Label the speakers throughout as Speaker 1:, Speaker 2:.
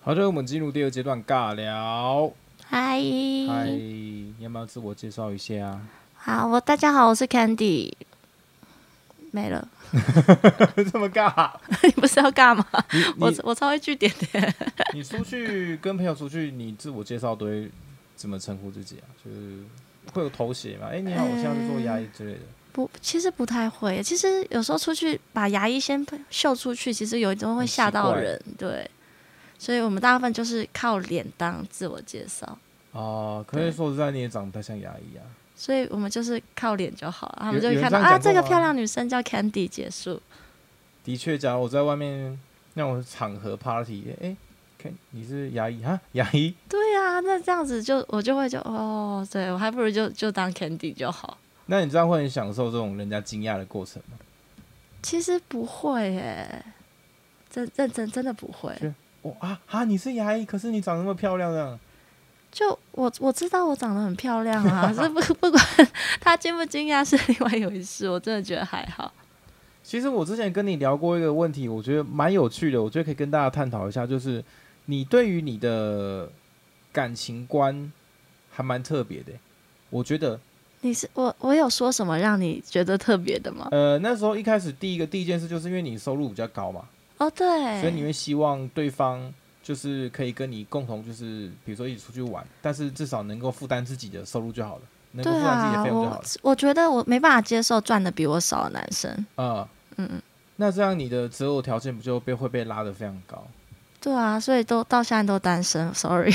Speaker 1: 好的，我们进入第二阶段尬聊。
Speaker 2: 嗨，
Speaker 1: 嗨，你要不要自我介绍一下 啊？
Speaker 2: 好，我大家好，我是 Candy，没了，
Speaker 1: 这么尬？
Speaker 2: 你不是要干嘛？
Speaker 1: 你
Speaker 2: 我
Speaker 1: 你
Speaker 2: 我超会句点的，
Speaker 1: 你出去跟朋友出去，你自我介绍都会怎么称呼自己啊？就是会有头衔吗？哎、你好，我现在去做牙医之类的。
Speaker 2: 不，其实不太会。其实有时候出去把牙医先秀出去，其实有一种会吓到人，对。所以我们大部分就是靠脸当自我介绍，
Speaker 1: 哦、可是
Speaker 2: 对
Speaker 1: 说实在，你也长得不太像牙医啊。
Speaker 2: 所以我们就是靠脸就好了。他们
Speaker 1: 有
Speaker 2: 就会
Speaker 1: 有人
Speaker 2: 看到
Speaker 1: 这样讲
Speaker 2: 啊，
Speaker 1: 过
Speaker 2: 这个
Speaker 1: 吗
Speaker 2: 漂亮女生叫 Candy，结束。
Speaker 1: 的确，假如我在外面那种场合 party，哎、看你是牙医哈，牙医
Speaker 2: 对啊，那这样子就我就会就哦，对我还不如就就当 Candy 就好。
Speaker 1: 那你这样会很享受这种人家惊讶的过程吗？
Speaker 2: 其实不会耶、真认真真的不会。
Speaker 1: 哦啊哈，你是牙医，可是你长那么漂亮这样，
Speaker 2: 就我我知道我长得很漂 亮啊，是不不管他惊不惊讶是另外有一事，我真的觉得还好。
Speaker 1: 其实我之前跟你聊过一个问题，我觉得蛮有趣的，我觉得可以跟大家探讨一下，就是你对于你的感情观还蛮特别的。我觉得，
Speaker 2: 你是我我有说什么让你觉得特别的吗？
Speaker 1: 呃，那时候一开始第一个第一件事，就是因为你收入比较高嘛，
Speaker 2: 哦，对，
Speaker 1: 所以你会希望对方就是可以跟你共同，就是比如说一起出去玩，但是至少能够负担自己的收入就好了，能够
Speaker 2: 对
Speaker 1: 负担自己
Speaker 2: 啊
Speaker 1: 的，费用就好
Speaker 2: 我
Speaker 1: 了。
Speaker 2: 我觉得我没办法接受赚的比我少的男生。
Speaker 1: 啊、
Speaker 2: 嗯嗯，
Speaker 1: 那这样你的择偶条件不就被会被拉得非常高？
Speaker 2: 对啊，所以都到现在都单身，sorry。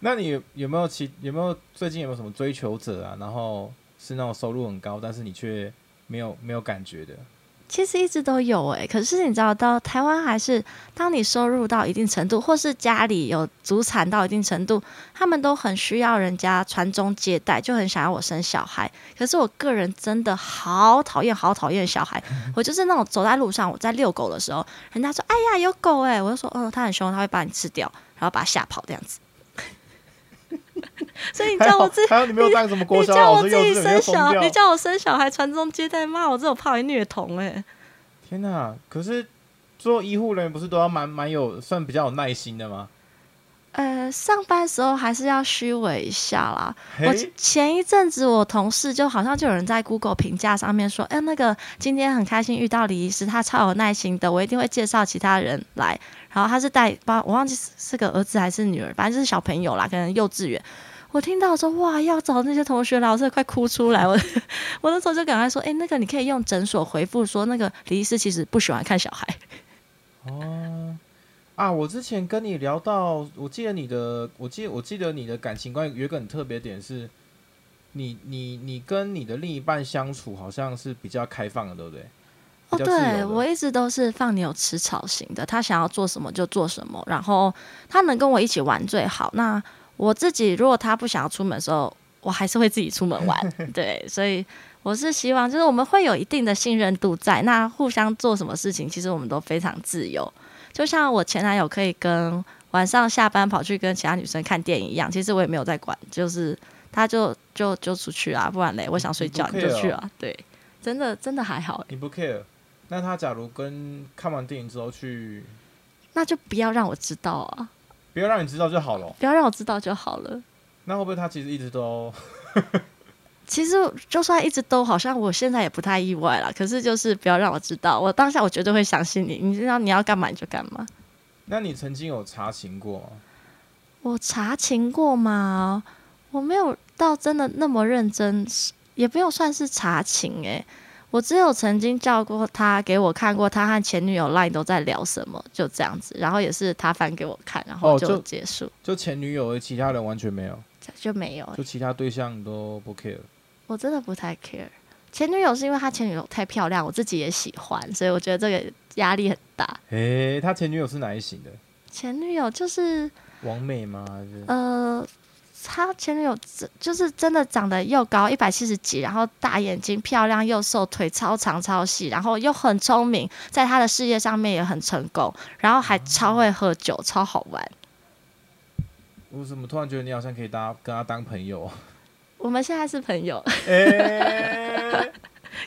Speaker 1: 那你有有没有其有没有最近有没有什么追求者啊？然后是那种收入很高，但是你却没有没有感觉的？
Speaker 2: 其实一直都有哎、可是你知道，到台湾还是当你收入到一定程度，或是家里有祖产到一定程度，他们都很需要人家传宗接代，就很想要我生小孩。可是我个人真的好讨厌，好讨厌小孩。我就是那种走在路上，我在遛狗的时候，人家说：“哎呀，有狗哎、我就说：“哦，它很凶，它会把你吃掉，然后把它吓跑这样子。” 所以你
Speaker 1: 还
Speaker 2: 叫
Speaker 1: 好
Speaker 2: 我自己
Speaker 1: 还好你没有当什么啊国
Speaker 2: 你
Speaker 1: 小
Speaker 2: 叫
Speaker 1: 老
Speaker 2: 我
Speaker 1: 师、
Speaker 2: 自
Speaker 1: 幼
Speaker 2: 己
Speaker 1: 稚园
Speaker 2: 生
Speaker 1: 就疯
Speaker 2: 小，
Speaker 1: 掉
Speaker 2: 你。叫我生小孩传宗接代，骂我这种怕为虐童哎、
Speaker 1: 天哪、可是做医护人员不是都要蛮蛮有算比较有耐心的吗？
Speaker 2: 呃，上班时候还是要虚伪一下啦。我
Speaker 1: 嘿，
Speaker 2: 前一阵子，我同事就好像就有人在 Google 评价上面说，哎、那个今天很开心遇到李医师，他超有耐心的，我一定会介绍其他人来。然后他是带，不知道我忘记是是个儿子还是女儿，反正就是小朋友啦，可能幼稚园。 我听到说哇，要找那些同学来，我真的快哭出来。我我那时候就赶快说，哎、那个你可以用诊所回复说，那个李医师其实不喜欢看小孩。
Speaker 1: 哦啊！我之前跟你聊到，我记得你的，我记得我记得你的感情观有一个很特别的点是，你你你跟你的另一半相处好像是比较开放的，对不对？比
Speaker 2: 哦，
Speaker 1: 较自由
Speaker 2: 对
Speaker 1: 的
Speaker 2: 我一直都是放牛吃草型的，他想要做什么就做什么，然后他能跟我一起玩最好。那我自己如果他不想要出门的时候，我还是会自己出门玩。 对，所以我是希望就是我们会有一定的信任度在，那互相做什么事情，其实我们都非常自由。就像我前男友可以跟晚上下班跑去跟其他女生看电影一样，其实我也没有在管，就是他就就就出去啊，不然嘞，我想睡
Speaker 1: 你不
Speaker 2: 觉你就
Speaker 1: care
Speaker 2: 去
Speaker 1: 哦
Speaker 2: 啊，对，真的真的还好、
Speaker 1: 你不 care。那他假如跟看完电影之后去，
Speaker 2: 那就不要让我知道啊，
Speaker 1: 不要让你知道就好了。
Speaker 2: 不要让我知道就好了。
Speaker 1: 那会不会他其实一直都
Speaker 2: 其实就算一直都好像我现在也不太意外啦，可是就是不要让我知道，我当下我绝对会相信你，你知道你要干嘛你就干嘛。
Speaker 1: 那你曾经有查情过吗？
Speaker 2: 我查情过吗？我没有到真的那么认真，也没有算是查情诶、我只有曾经叫过他给我看过他和前女友 LINE 都在聊什么，就这样子。然后也是他翻给我看，然
Speaker 1: 哦
Speaker 2: 后
Speaker 1: 就
Speaker 2: 就结束，
Speaker 1: 就前女友，而其他人完全没有，
Speaker 2: 就没有、欸。
Speaker 1: 就其他对象都不 care。
Speaker 2: 我真的不太 care。前女友是因为她前女友太漂亮，我自己也喜欢，所以我觉得这个压力很大。
Speaker 1: 诶、他前女友是哪一型的？
Speaker 2: 前女友就是
Speaker 1: 王美吗？还是
Speaker 2: 呃，她前女友真就是真的长得又高一百七十几，然后大眼睛漂亮又瘦，腿超长超细，然后又很聪明，在她的事业上面也很成功，然后还超会喝酒，超好玩。
Speaker 1: 我怎么突然觉得你好像可以搭跟他当朋友啊？
Speaker 2: 我们现在是朋友，
Speaker 1: 诶、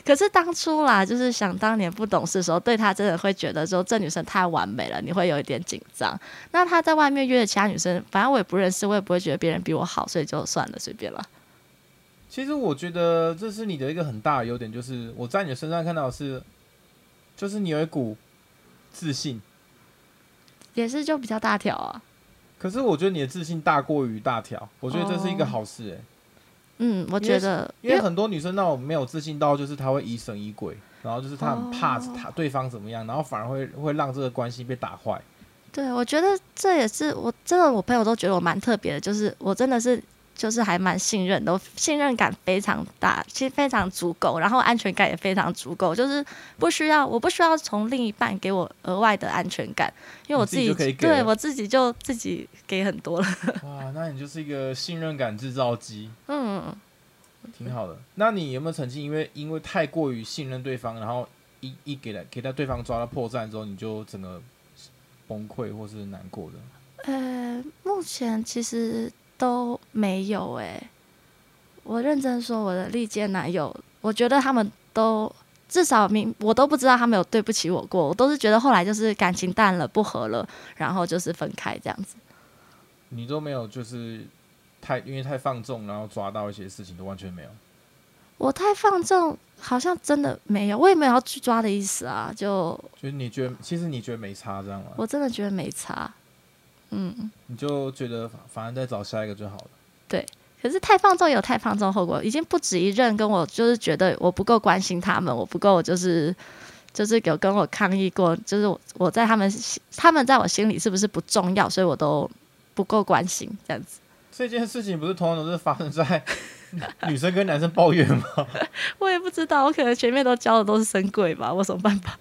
Speaker 2: 可是当初啦，就是想当年不懂事的时候，对她真的会觉得说这女生太完美了，你会有一点紧张。那她在外面约的其他女生，反正我也不认识，我也不会觉得别人比我好，所以就算了，随便了。
Speaker 1: 其实我觉得这是你的一个很大的优点，就是我在你的身上看到的是，就是你有一股自信。
Speaker 2: 也是就比较大条啊。
Speaker 1: 可是我觉得你的自信大过于大条，我觉得这是一个好事哎、
Speaker 2: 嗯，我觉得
Speaker 1: 因为很多女生那种没有自信到，就是她会疑神疑鬼，然后就是她很怕
Speaker 2: 哦
Speaker 1: 她对方怎么样，然后反而会会让这个关系被打坏。
Speaker 2: 对，我觉得这也是我真的，我朋友都觉得我蛮特别的，就是我真的是就是还蛮信任的，我信任感非常大，其实非常足够，然后安全感也非常足够，就是不需要我不需要从另一半给我额外的安全感，因为我
Speaker 1: 你自己就可以给
Speaker 2: 对
Speaker 1: 了
Speaker 2: 我自己就自己给很多了。
Speaker 1: 哇，那你就是一个信任感制造机，
Speaker 2: 嗯，
Speaker 1: 挺好 的。那你有没有曾经因为因为太过于信任对方，然后一一给了给到对方抓到破绽之后，你就整个崩溃或是难过的？
Speaker 2: 呃，目前其实都没有哎、我认真说，我的历届男友，我觉得他们都至少明，我都不知道他们有对不起我过，我都是觉得后来就是感情淡了，不合了，然后就是分开这样子。
Speaker 1: 你都没有就是太因为太放纵，然后抓到一些事情都完全没有。
Speaker 2: 我太放纵，好像真的没有，我也没有要去抓的意思啊，就
Speaker 1: 就是你觉得，其实你觉得没差这样吗？
Speaker 2: 我真的觉得没差。嗯，
Speaker 1: 你就觉得反反正再找下一个就好了。
Speaker 2: 可是太放纵也有太放纵的后果，已经不止一任跟我就是觉得我不够关心他们，我不够就是就是有跟我抗议过，就是我我在他们心他们在我心里是不是不重要，所以我都不够关心这样子。
Speaker 1: 这件事情不是通常都是发生在 女生跟男生抱怨吗？
Speaker 2: 我也不知道，我可能前面都教的都是深贵吧，我有什么办法？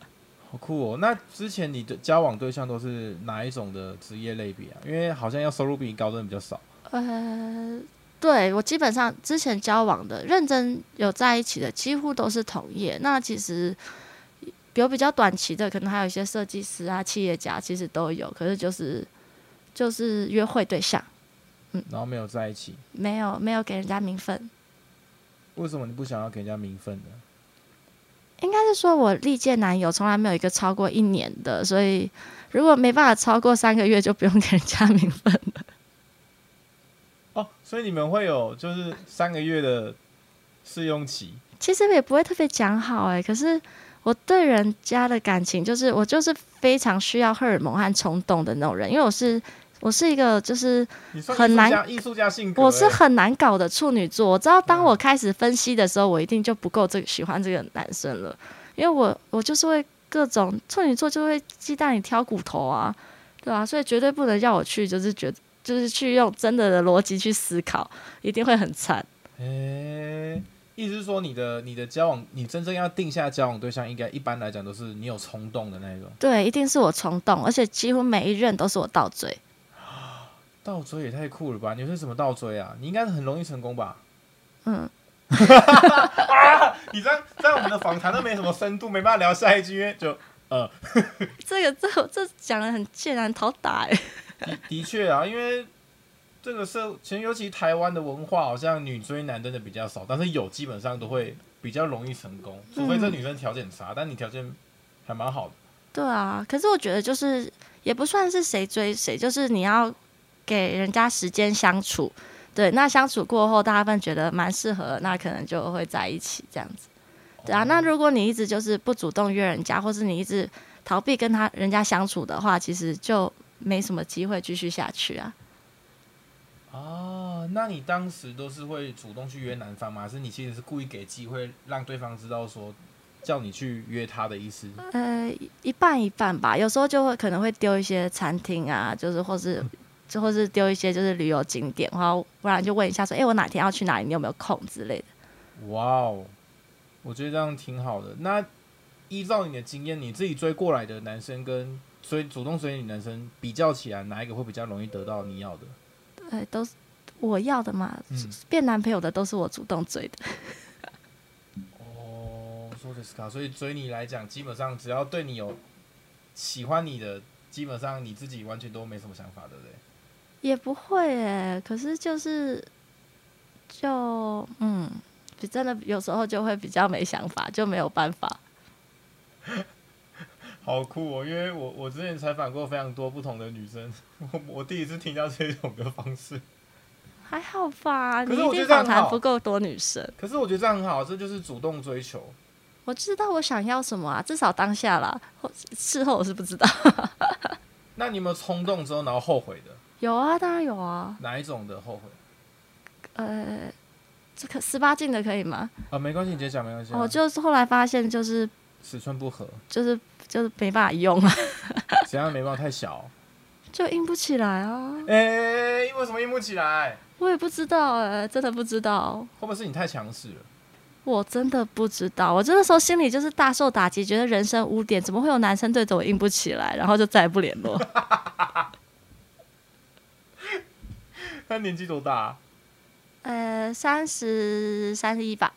Speaker 1: 好酷哦！那之前你的交往对象都是哪一种的职业类别啊？因为好像要收入比你高的人比较少。
Speaker 2: 呃， 对我基本上之前交往的认真有在一起的，几乎都是同业。那其实。有比较短期的，可能还有一些设计师啊、企业家，其实都有。可是就是就是约会对象，嗯
Speaker 1: 然后没有在一起，
Speaker 2: 没有没有给人家名分，
Speaker 1: 为什么你不想要给人家名分呢？
Speaker 2: 应该是说我历届男友从来没有一个超过一年的，所以如果没办法超过三个月，就不用给人家名分了。
Speaker 1: 哦，所以你们会有就是三个月的试用期，
Speaker 2: 其实也不会特别讲好哎、可是我对人家的感情就是我就是非常需要荷尔蒙和冲动的那种人，因为我是我是一个就是
Speaker 1: 你算
Speaker 2: 很
Speaker 1: 艺术
Speaker 2: 难
Speaker 1: 家艺术家性格、
Speaker 2: 我是
Speaker 1: 欸
Speaker 2: 很难搞的处女座，我知道当我开始分析的时候，我一定就不够这个喜欢这个男生了，因为我我就是会各种处女座就会鸡蛋里挑骨头啊，对啊，所以绝对不能要我去就是觉就是去用真的的逻辑去思考，一定会很惨。
Speaker 1: 诶、意思是说你的你的交往，你真正要定下交往对象，应该一般来讲都是你有冲动的那一种，
Speaker 2: 对，一定是我冲动，而且几乎每一任都是我倒追。
Speaker 1: 倒追也太酷了吧！你是什么倒追啊？你应该很容易成功吧？ 啊
Speaker 2: 嗯，
Speaker 1: 你这样在我们的访谈都没什么深度，没办法聊下一句，因为就呃，
Speaker 2: 这个这这讲的很贱啊，很讨打哎、
Speaker 1: 的的确啊，因为这个社，其实尤其台湾的文化，好像女追男真的比较少，但是有基本上都会比较容易成功，除非这女生条件差，但你条件还蛮好的。
Speaker 2: 对啊，可是我觉得就是也不算是谁追谁，就是你要给人家时间相处。对，那相处过后，大部分觉得蛮适合，那可能就会在一起这样子。对啊，那如果你一直就是不主动约人家，或是你一直逃避跟他人家相处的话，其实就没什么机会继续下去啊。
Speaker 1: 啊，那你当时都是会主动去约男方吗？还是你其实是故意给机会让对方知道说叫你去约他的意思？
Speaker 2: 呃，一半一半吧，有时候就会可能会丢一些餐厅啊，就是或是就或是丢一些就是旅游景点，然后不然就问一下说，哎、我哪天要去哪里，你有没有空之类的。
Speaker 1: 哇哦，我觉得这样挺好的。那依照你的经验，你自己追过来的男生跟追主动追你的男生比较起来，哪一个会比较容易得到你要的？
Speaker 2: 呃，都是我要的嘛，
Speaker 1: 嗯，
Speaker 2: 变男朋友的都是我主动追的。
Speaker 1: 哦，说的是卡，所以追你来讲，基本上只要对你有喜欢你的，基本上你自己完全都没什么想法，对不对？
Speaker 2: 欸也不会诶、可是就是就嗯，比真的有时候就会比较没想法，就没有办法。
Speaker 1: 好酷哦！因为我我之前采访过非常多不同的女生， 我我第一次听到这种的方式。
Speaker 2: 还好吧，
Speaker 1: 可
Speaker 2: 你
Speaker 1: 是
Speaker 2: 一
Speaker 1: 我觉得
Speaker 2: 定
Speaker 1: 这样
Speaker 2: 访谈
Speaker 1: 好
Speaker 2: 不够多女生。
Speaker 1: 可是我觉得这样很好，啊这就是主动追求。
Speaker 2: 我知道我想要什么啊，至少当下啦，后事后我是不知道。
Speaker 1: 那你有没有冲动之后然后后悔的？
Speaker 2: 有啊，当然有啊。
Speaker 1: 哪一种的后悔？
Speaker 2: 呃，这个十八禁的可以吗？
Speaker 1: 啊，没关系，你直接讲，没关系啊、
Speaker 2: 哦，就是后来发现就是
Speaker 1: 尺寸不合，
Speaker 2: 就是就是没办法用啊，
Speaker 1: 怎样眉毛太小？
Speaker 2: 就硬不起来啊。
Speaker 1: 哎、因为什么硬不起来？
Speaker 2: 我也不知道哎、真的不知道，
Speaker 1: 会不会是你太强势了？
Speaker 2: 我真的不知道。我这个时候心里就是大受打击，觉得人生污点，怎么会有男生对着我硬不起来？然后就再也不联 络。
Speaker 1: 他年纪多大、啊？
Speaker 2: 呃，三十三十一吧。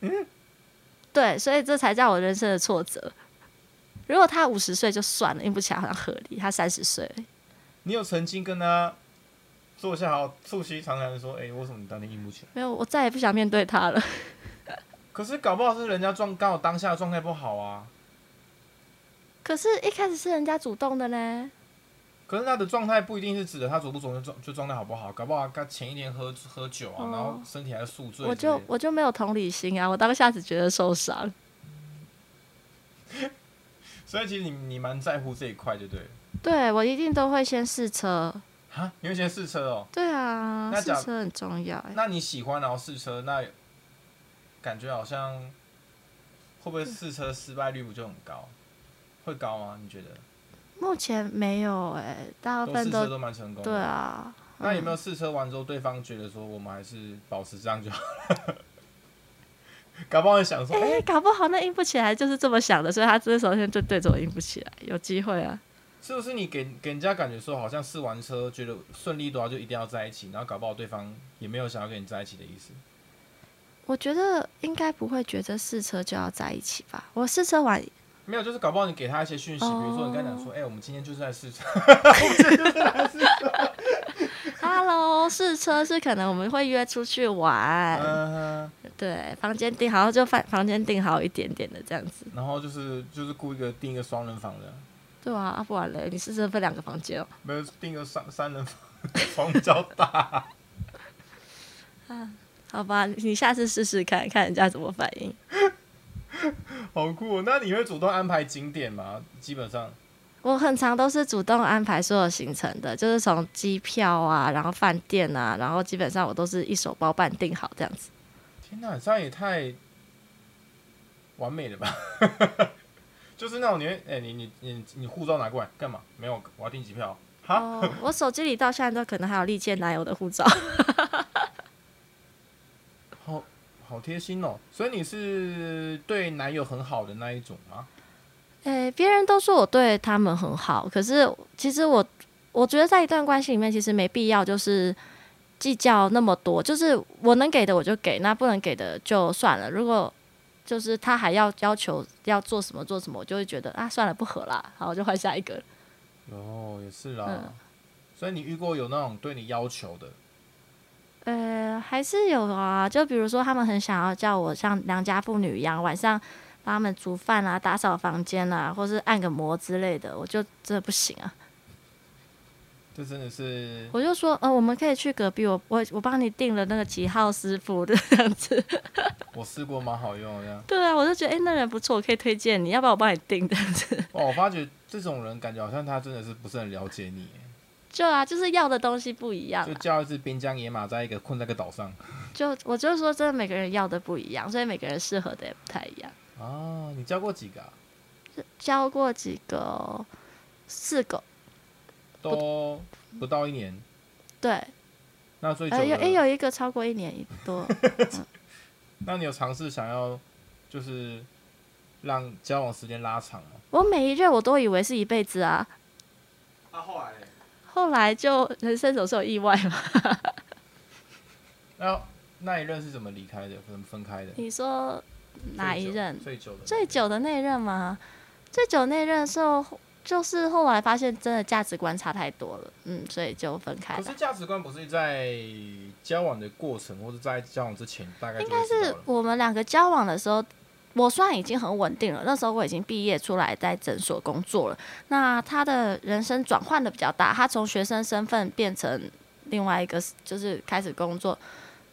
Speaker 2: 嗯 对，所以这才叫我人生的挫折。如果他五十岁就算了，硬不起来好像合理。他三十岁，
Speaker 1: 你有曾经跟他坐下好促膝长谈地说，哎、为什么你当天硬不起来？
Speaker 2: 没有，我再也不想面对他了。
Speaker 1: 可是搞不好是人家状刚好当下状态不好啊。
Speaker 2: 可是，一开始是人家主动的呢。
Speaker 1: 可是他的状态不一定是指的他昨不昨天状就状态好不好，搞不好他前一天喝喝酒啊，
Speaker 2: 哦
Speaker 1: 然后身体还宿醉之类的。
Speaker 2: 我就我就没有同理心啊！我当下只觉得受伤，
Speaker 1: 所以其实你你蛮在乎这一块，对不对？
Speaker 2: 对我一定都会先试车。
Speaker 1: 哈，你会先试车哦。
Speaker 2: 对啊，
Speaker 1: 那
Speaker 2: 试
Speaker 1: 假
Speaker 2: 车很重要、欸。
Speaker 1: 那你喜欢然后试车，那感觉好像会不会试车失败率不就很高？会高吗？你觉得？
Speaker 2: 目前没有哎、大部
Speaker 1: 都试
Speaker 2: 分
Speaker 1: 车
Speaker 2: 都
Speaker 1: 都蛮成功的。
Speaker 2: 对。啊。
Speaker 1: 那有没
Speaker 2: 嗯
Speaker 1: 有试车完之后，对方觉得说我们还是保持这样就好了？ 搞不好想说，哎、
Speaker 2: 哎、搞不好那硬不起来就是这么想的，所以他这首先就对着我硬不起来，有机会啊。
Speaker 1: 是不是你给给人家感觉说，好像试完车觉得顺利多少就一定要在一起，然后搞不好对方也没有想要跟你在一起的意思。
Speaker 2: 我觉得应该不会觉得试车就要在一起吧。我试车完，
Speaker 1: 没有，就是搞不好你给他一些讯息，比如说你跟他
Speaker 2: 哦
Speaker 1: 讲说，哎、我们今天就是在试车，
Speaker 2: ，Hello，试车是可能我们会约出去玩，
Speaker 1: 嗯、
Speaker 2: 对，房间订好就房房间订好一点点的这样子，
Speaker 1: 然后就是就是雇一个订一个双人房的，
Speaker 2: 对啊，啊不然嘞，你试车分两个房间哦，
Speaker 1: 没有订个三三人房，床比较大。
Speaker 2: 好吧，你下次试试看看人家怎么反应。
Speaker 1: 好酷、哦！那你会主动安排景点吗？基本上，
Speaker 2: 我很常都是主动安排所有行程的，就是从机票啊，然后饭店啊，然后基本上我都是一手包办订好这样子。
Speaker 1: 天哪，这样也太完美了吧！ 就是那种你会，哎、你你你你护照拿过来干嘛？没有，我要订机票。哈，
Speaker 2: 哦，我手机里到现在都可能还有历届男友的护照。
Speaker 1: 好好贴心哦。所以你是对男友很好的那一种吗？
Speaker 2: 诶、别人都说我对他们很好，可是其实我我觉得在一段关系里面，其实没必要就是计较那么多，就是我能给的我就给，那不能给的就算了。如果就是他还要要求要做什么做什么，我就会觉得啊，算了，不合啦，好，我就换下一个。
Speaker 1: 哦，也是啦。
Speaker 2: 嗯
Speaker 1: 所以你遇过有那种对你要求的，
Speaker 2: 呃，还是有啊，就比如说他们很想要叫我像良家妇女一样，晚上帮他们煮饭啊、打扫房间啊，或是按个摩之类的，我就真的不行啊。
Speaker 1: 这真的是
Speaker 2: 我就说，呃，我们可以去隔壁，我我我帮你订了那个几号师傅的这样子。
Speaker 1: 我试过蛮好用的这样。
Speaker 2: 对啊，我就觉得，哎、那人不错，我可以推荐你，要不要我帮你订这样子？
Speaker 1: 哇，哦我发觉这种人感觉好像他真的是不是很了解你耶，
Speaker 2: 就啊，就是要的东西不一样
Speaker 1: 就
Speaker 2: 啊、
Speaker 1: 叫一只滨江野马在一个困在一个岛上
Speaker 2: 就我就说，真的每个人要的不一样，所以每个人适合的也不太一样。
Speaker 1: 啊。你教过几个、啊？
Speaker 2: 教过几个四个，
Speaker 1: 都不到一年，
Speaker 2: 对，
Speaker 1: 那最久
Speaker 2: 呃，有哎、
Speaker 1: 的。
Speaker 2: 有一个超过一年一多，
Speaker 1: 那你有尝试想要就是让交往时间拉长吗？
Speaker 2: 我每一任我都以为是一辈子啊，
Speaker 1: 啊，后来
Speaker 2: 后来就人生总是有意外嘛。
Speaker 1: 那那一任是怎么离开的？怎么分开的？
Speaker 2: 你说哪一任？
Speaker 1: 最久的
Speaker 2: 最久的那一任吗？最久那一任的时候，就是后来发现真的价值观差太多了，嗯，所以就分开
Speaker 1: 可
Speaker 2: 了
Speaker 1: 是。价值观不是在交往的过程，或者在交往之前，大概
Speaker 2: 应
Speaker 1: 应
Speaker 2: 该是我们两个交往的时候，我虽然已经很稳定了，那时候我已经毕业出来在诊所工作了。那他的人生转换的比较大，他从学生身份变成另外一个，就是开始工作，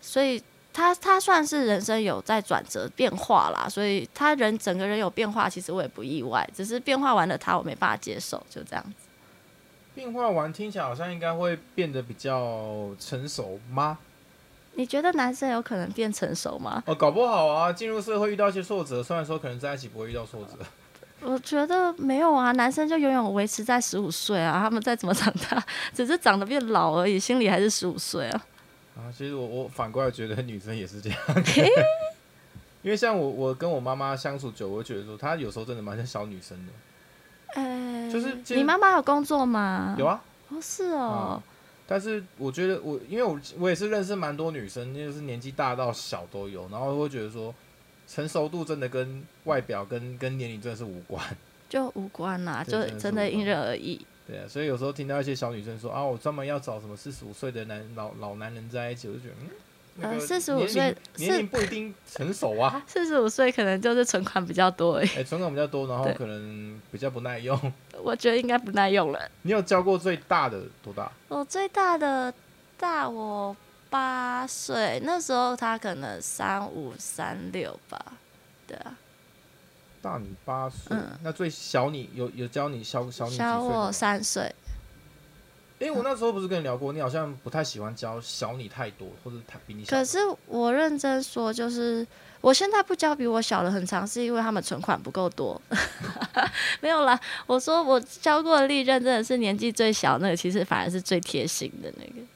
Speaker 2: 所以他他算是人生有在转折变化啦。所以他人整个人有变化，其实我也不意外，只是变化完的他我没办法接受，就这样子。
Speaker 1: 变化完，听起来好像应该会变得比较成熟吗？
Speaker 2: 你觉得男生有可能变成熟吗？
Speaker 1: 哦，搞不好啊，进入社会遇到一些挫折，虽然说可能在一起不会遇到挫
Speaker 2: 啊
Speaker 1: 折，
Speaker 2: 我觉得没有啊，男生就永远维持在十五岁啊，他们再怎么长大，只是长得变老而已，心里还是十五岁啊。
Speaker 1: 啊，其实我我反过来觉得女生也是这 样，因为像我我跟我妈妈相处久，我会觉得说她有时候真的蛮像小女生的。
Speaker 2: 呃，
Speaker 1: 就是其实
Speaker 2: 你妈妈有工作吗？
Speaker 1: 有啊，
Speaker 2: 哦，是哦，
Speaker 1: 但是我觉得我因为我我也是认识蛮多女生，就是年纪大到小都有，然后会觉得说成熟度真的跟外表跟跟年龄真的是无关。
Speaker 2: 就无关啦，
Speaker 1: 对
Speaker 2: 就
Speaker 1: 真的是
Speaker 2: 真的
Speaker 1: 无关
Speaker 2: 因人而异。
Speaker 1: 对啊，所以有时候听到一些小女生说啊，我专门要找什么四十五岁的男老老男人在一起，我就觉得嗯，那
Speaker 2: 呃
Speaker 1: 个
Speaker 2: 45
Speaker 1: 年龄
Speaker 2: 岁
Speaker 1: 年
Speaker 2: 是
Speaker 1: 龄不一定成熟啊，
Speaker 2: 四十五岁可能就是存款比较多而已，
Speaker 1: 哎、存款比较多，然后
Speaker 2: 对
Speaker 1: 可能比较不耐用。
Speaker 2: 我觉得应该不耐用了。
Speaker 1: 你有教过最大的多大？
Speaker 2: 我最大的大我八岁，那时候他可能三五三六吧，对啊，
Speaker 1: 大你八岁，
Speaker 2: 嗯
Speaker 1: 那最小你有有教你小小你几岁
Speaker 2: 小我
Speaker 1: 吗？
Speaker 2: 三岁。
Speaker 1: 因为我那时候不是跟你聊过，你好像不太喜欢教小你太多，或者他比你小。
Speaker 2: 可是我认真说，就是我现在不教比我小的很长，是因为他们存款不够多。 没有啦，我说我教过的历任真的是年纪最小那个，其实反而是最贴心的那个。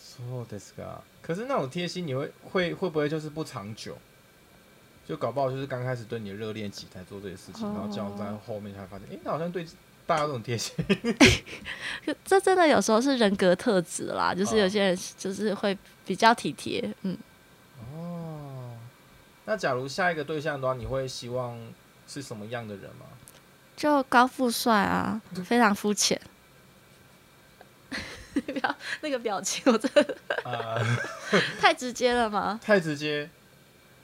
Speaker 1: そうですか。可哦是那种贴心，你会会会不会就是不长久？就搞不好就是刚开始对你的热恋期才做这些事情，
Speaker 2: 哦
Speaker 1: 然后这样在后面才发现，诶，那好像对大家都很贴心。
Speaker 2: 可这真的有时候是人格特质啦，就是
Speaker 1: 哦
Speaker 2: 有些人就是会比较体贴，嗯，
Speaker 1: 哦， 那假如下一个对象的话，你会希望是什么样的人吗？
Speaker 2: 就高富帅啊，非常肤浅。 不要那个表情，我真的
Speaker 1: 呃，
Speaker 2: 太直接了吗？
Speaker 1: 太直接，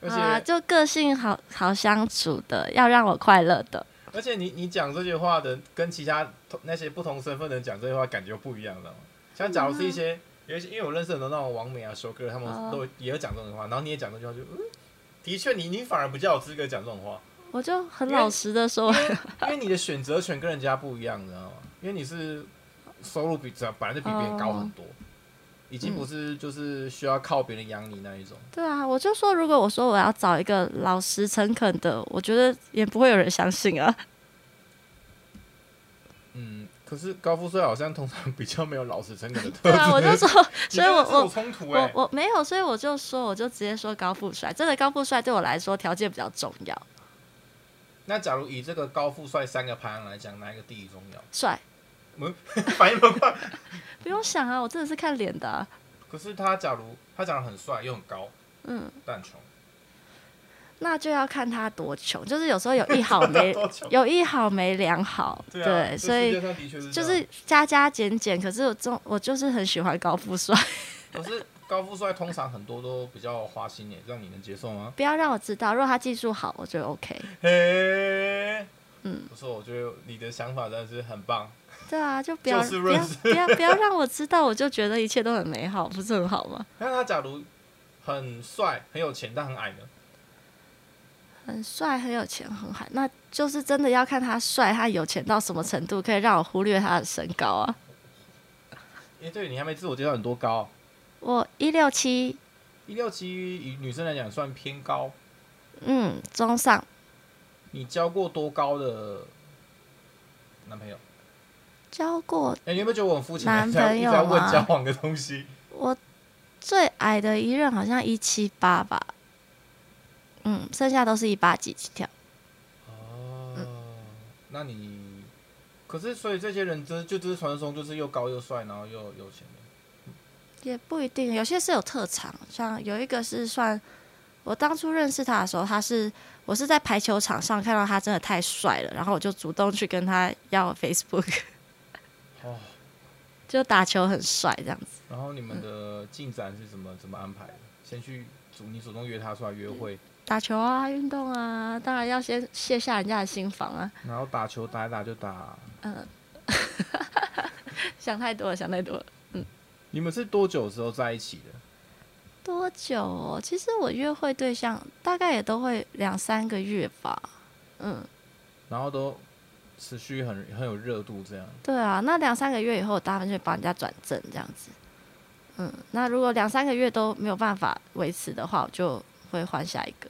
Speaker 1: 而且、
Speaker 2: 啊，就个性好好相处的，要让我快乐的。
Speaker 1: 而且你你讲这句话的，跟其他同那些不同身份的人讲这句话，感觉不一样，知道吗？像假如是一些，有一些因为我认识很多那种网美啊、修哥，他们
Speaker 2: 哦
Speaker 1: 都也有讲这种话，然后你也讲这句话就，嗯，的确你你反而比较有资格讲这种话，
Speaker 2: 我就很
Speaker 1: 因为
Speaker 2: 老实的说，
Speaker 1: 因为你的选择权跟人家不一样，你知道吗？因为你是收入比本来就比别人高很多，已经不是就是需要靠别人养你那一种。
Speaker 2: 对啊，我就说，如果我说我要找一个老实诚恳的，我觉得也不会有人相信啊。
Speaker 1: 嗯，可是高富帅好像通常比较没有老实诚恳的特
Speaker 2: 对
Speaker 1: 质，
Speaker 2: 啊，我就 说，
Speaker 1: 你
Speaker 2: 所以我
Speaker 1: 跟这有
Speaker 2: 我
Speaker 1: 冲突哎、
Speaker 2: 我我没有，所以我就说，我就直接说高富帅。真的高富帅对我来说条件比较重要，
Speaker 1: 那假如以这个高富帅三个排行来讲，哪一个第一重要？
Speaker 2: 帅
Speaker 1: 反应那么快。
Speaker 2: 不用想啊，我真的是看脸的啊、
Speaker 1: 可是他假如他长得很帅又很高，
Speaker 2: 嗯，
Speaker 1: 但很穷，
Speaker 2: 那就要看他多穷，就是有时候有一好哦 没
Speaker 1: 多穷？
Speaker 2: 有一好没两好，
Speaker 1: 对啊，这
Speaker 2: 所以
Speaker 1: 世界上的确是这
Speaker 2: 就
Speaker 1: 样
Speaker 2: 是加加减减。可是我中我就是很喜欢高富帅，
Speaker 1: 可是高富帅通常很多都比较花心耶，这样你能接受 吗？
Speaker 2: 不要让我知道。如果他技术好，我觉得 OK。
Speaker 1: 嘿，
Speaker 2: 嗯
Speaker 1: 不错，我觉得你的想法真的是很棒。
Speaker 2: 对啊，就不要
Speaker 1: 就是
Speaker 2: 不
Speaker 1: 认
Speaker 2: 要
Speaker 1: 识
Speaker 2: 不要不要让我知道，我就觉得一切都很美好，不是很好吗？
Speaker 1: 那他假如很帅、很有钱但很矮呢？
Speaker 2: 很帅，很有钱，很好，那就是真的要看他帅，他有钱到什么程度，可以让我忽略他的身高啊。
Speaker 1: 哎、对你还没自我介绍，你多高？啊
Speaker 2: 我一六七，
Speaker 1: 一六七，以女生来讲算偏高。
Speaker 2: 嗯，中上，
Speaker 1: 你交过多高的男朋友？
Speaker 2: 交过
Speaker 1: 哎、你有没有觉得我很肤浅？
Speaker 2: 男
Speaker 1: 一直 在
Speaker 2: 朋友
Speaker 1: 一直在问
Speaker 2: 吗
Speaker 1: 交往的东西。
Speaker 2: 我最矮的一任好像一七八吧，嗯，剩下都是一八几起跳。
Speaker 1: 哦，那你可是所以这些人真就只是传说中就是又高又帅，然后又有钱的。
Speaker 2: 也不一定，有些是有特长，像有一个是算，我我当初认识他的时候，他是我是在排球场上看到他真的太帅了，然后我就主动去跟他要 Facebook，
Speaker 1: 哦，
Speaker 2: 就打球很帅这样子。
Speaker 1: 然后你们的进展是怎么怎么安排的？先去主你主动约他出来约会，
Speaker 2: 打球啊，运动啊，当然要先卸下人家的心防啊。
Speaker 1: 然后打球打一打就打。
Speaker 2: 嗯，想太多了，想太多了。
Speaker 1: 你们是多久之后在一起的？
Speaker 2: 多久、哦？其实我约会对象大概也都会两三个月吧。嗯，
Speaker 1: 然后都持续很很有热度这样。
Speaker 2: 对啊，那两三个月以后，大部分就帮人家转正这样子。嗯，那如果两三个月都没有办法维持的话，我就会换下一个。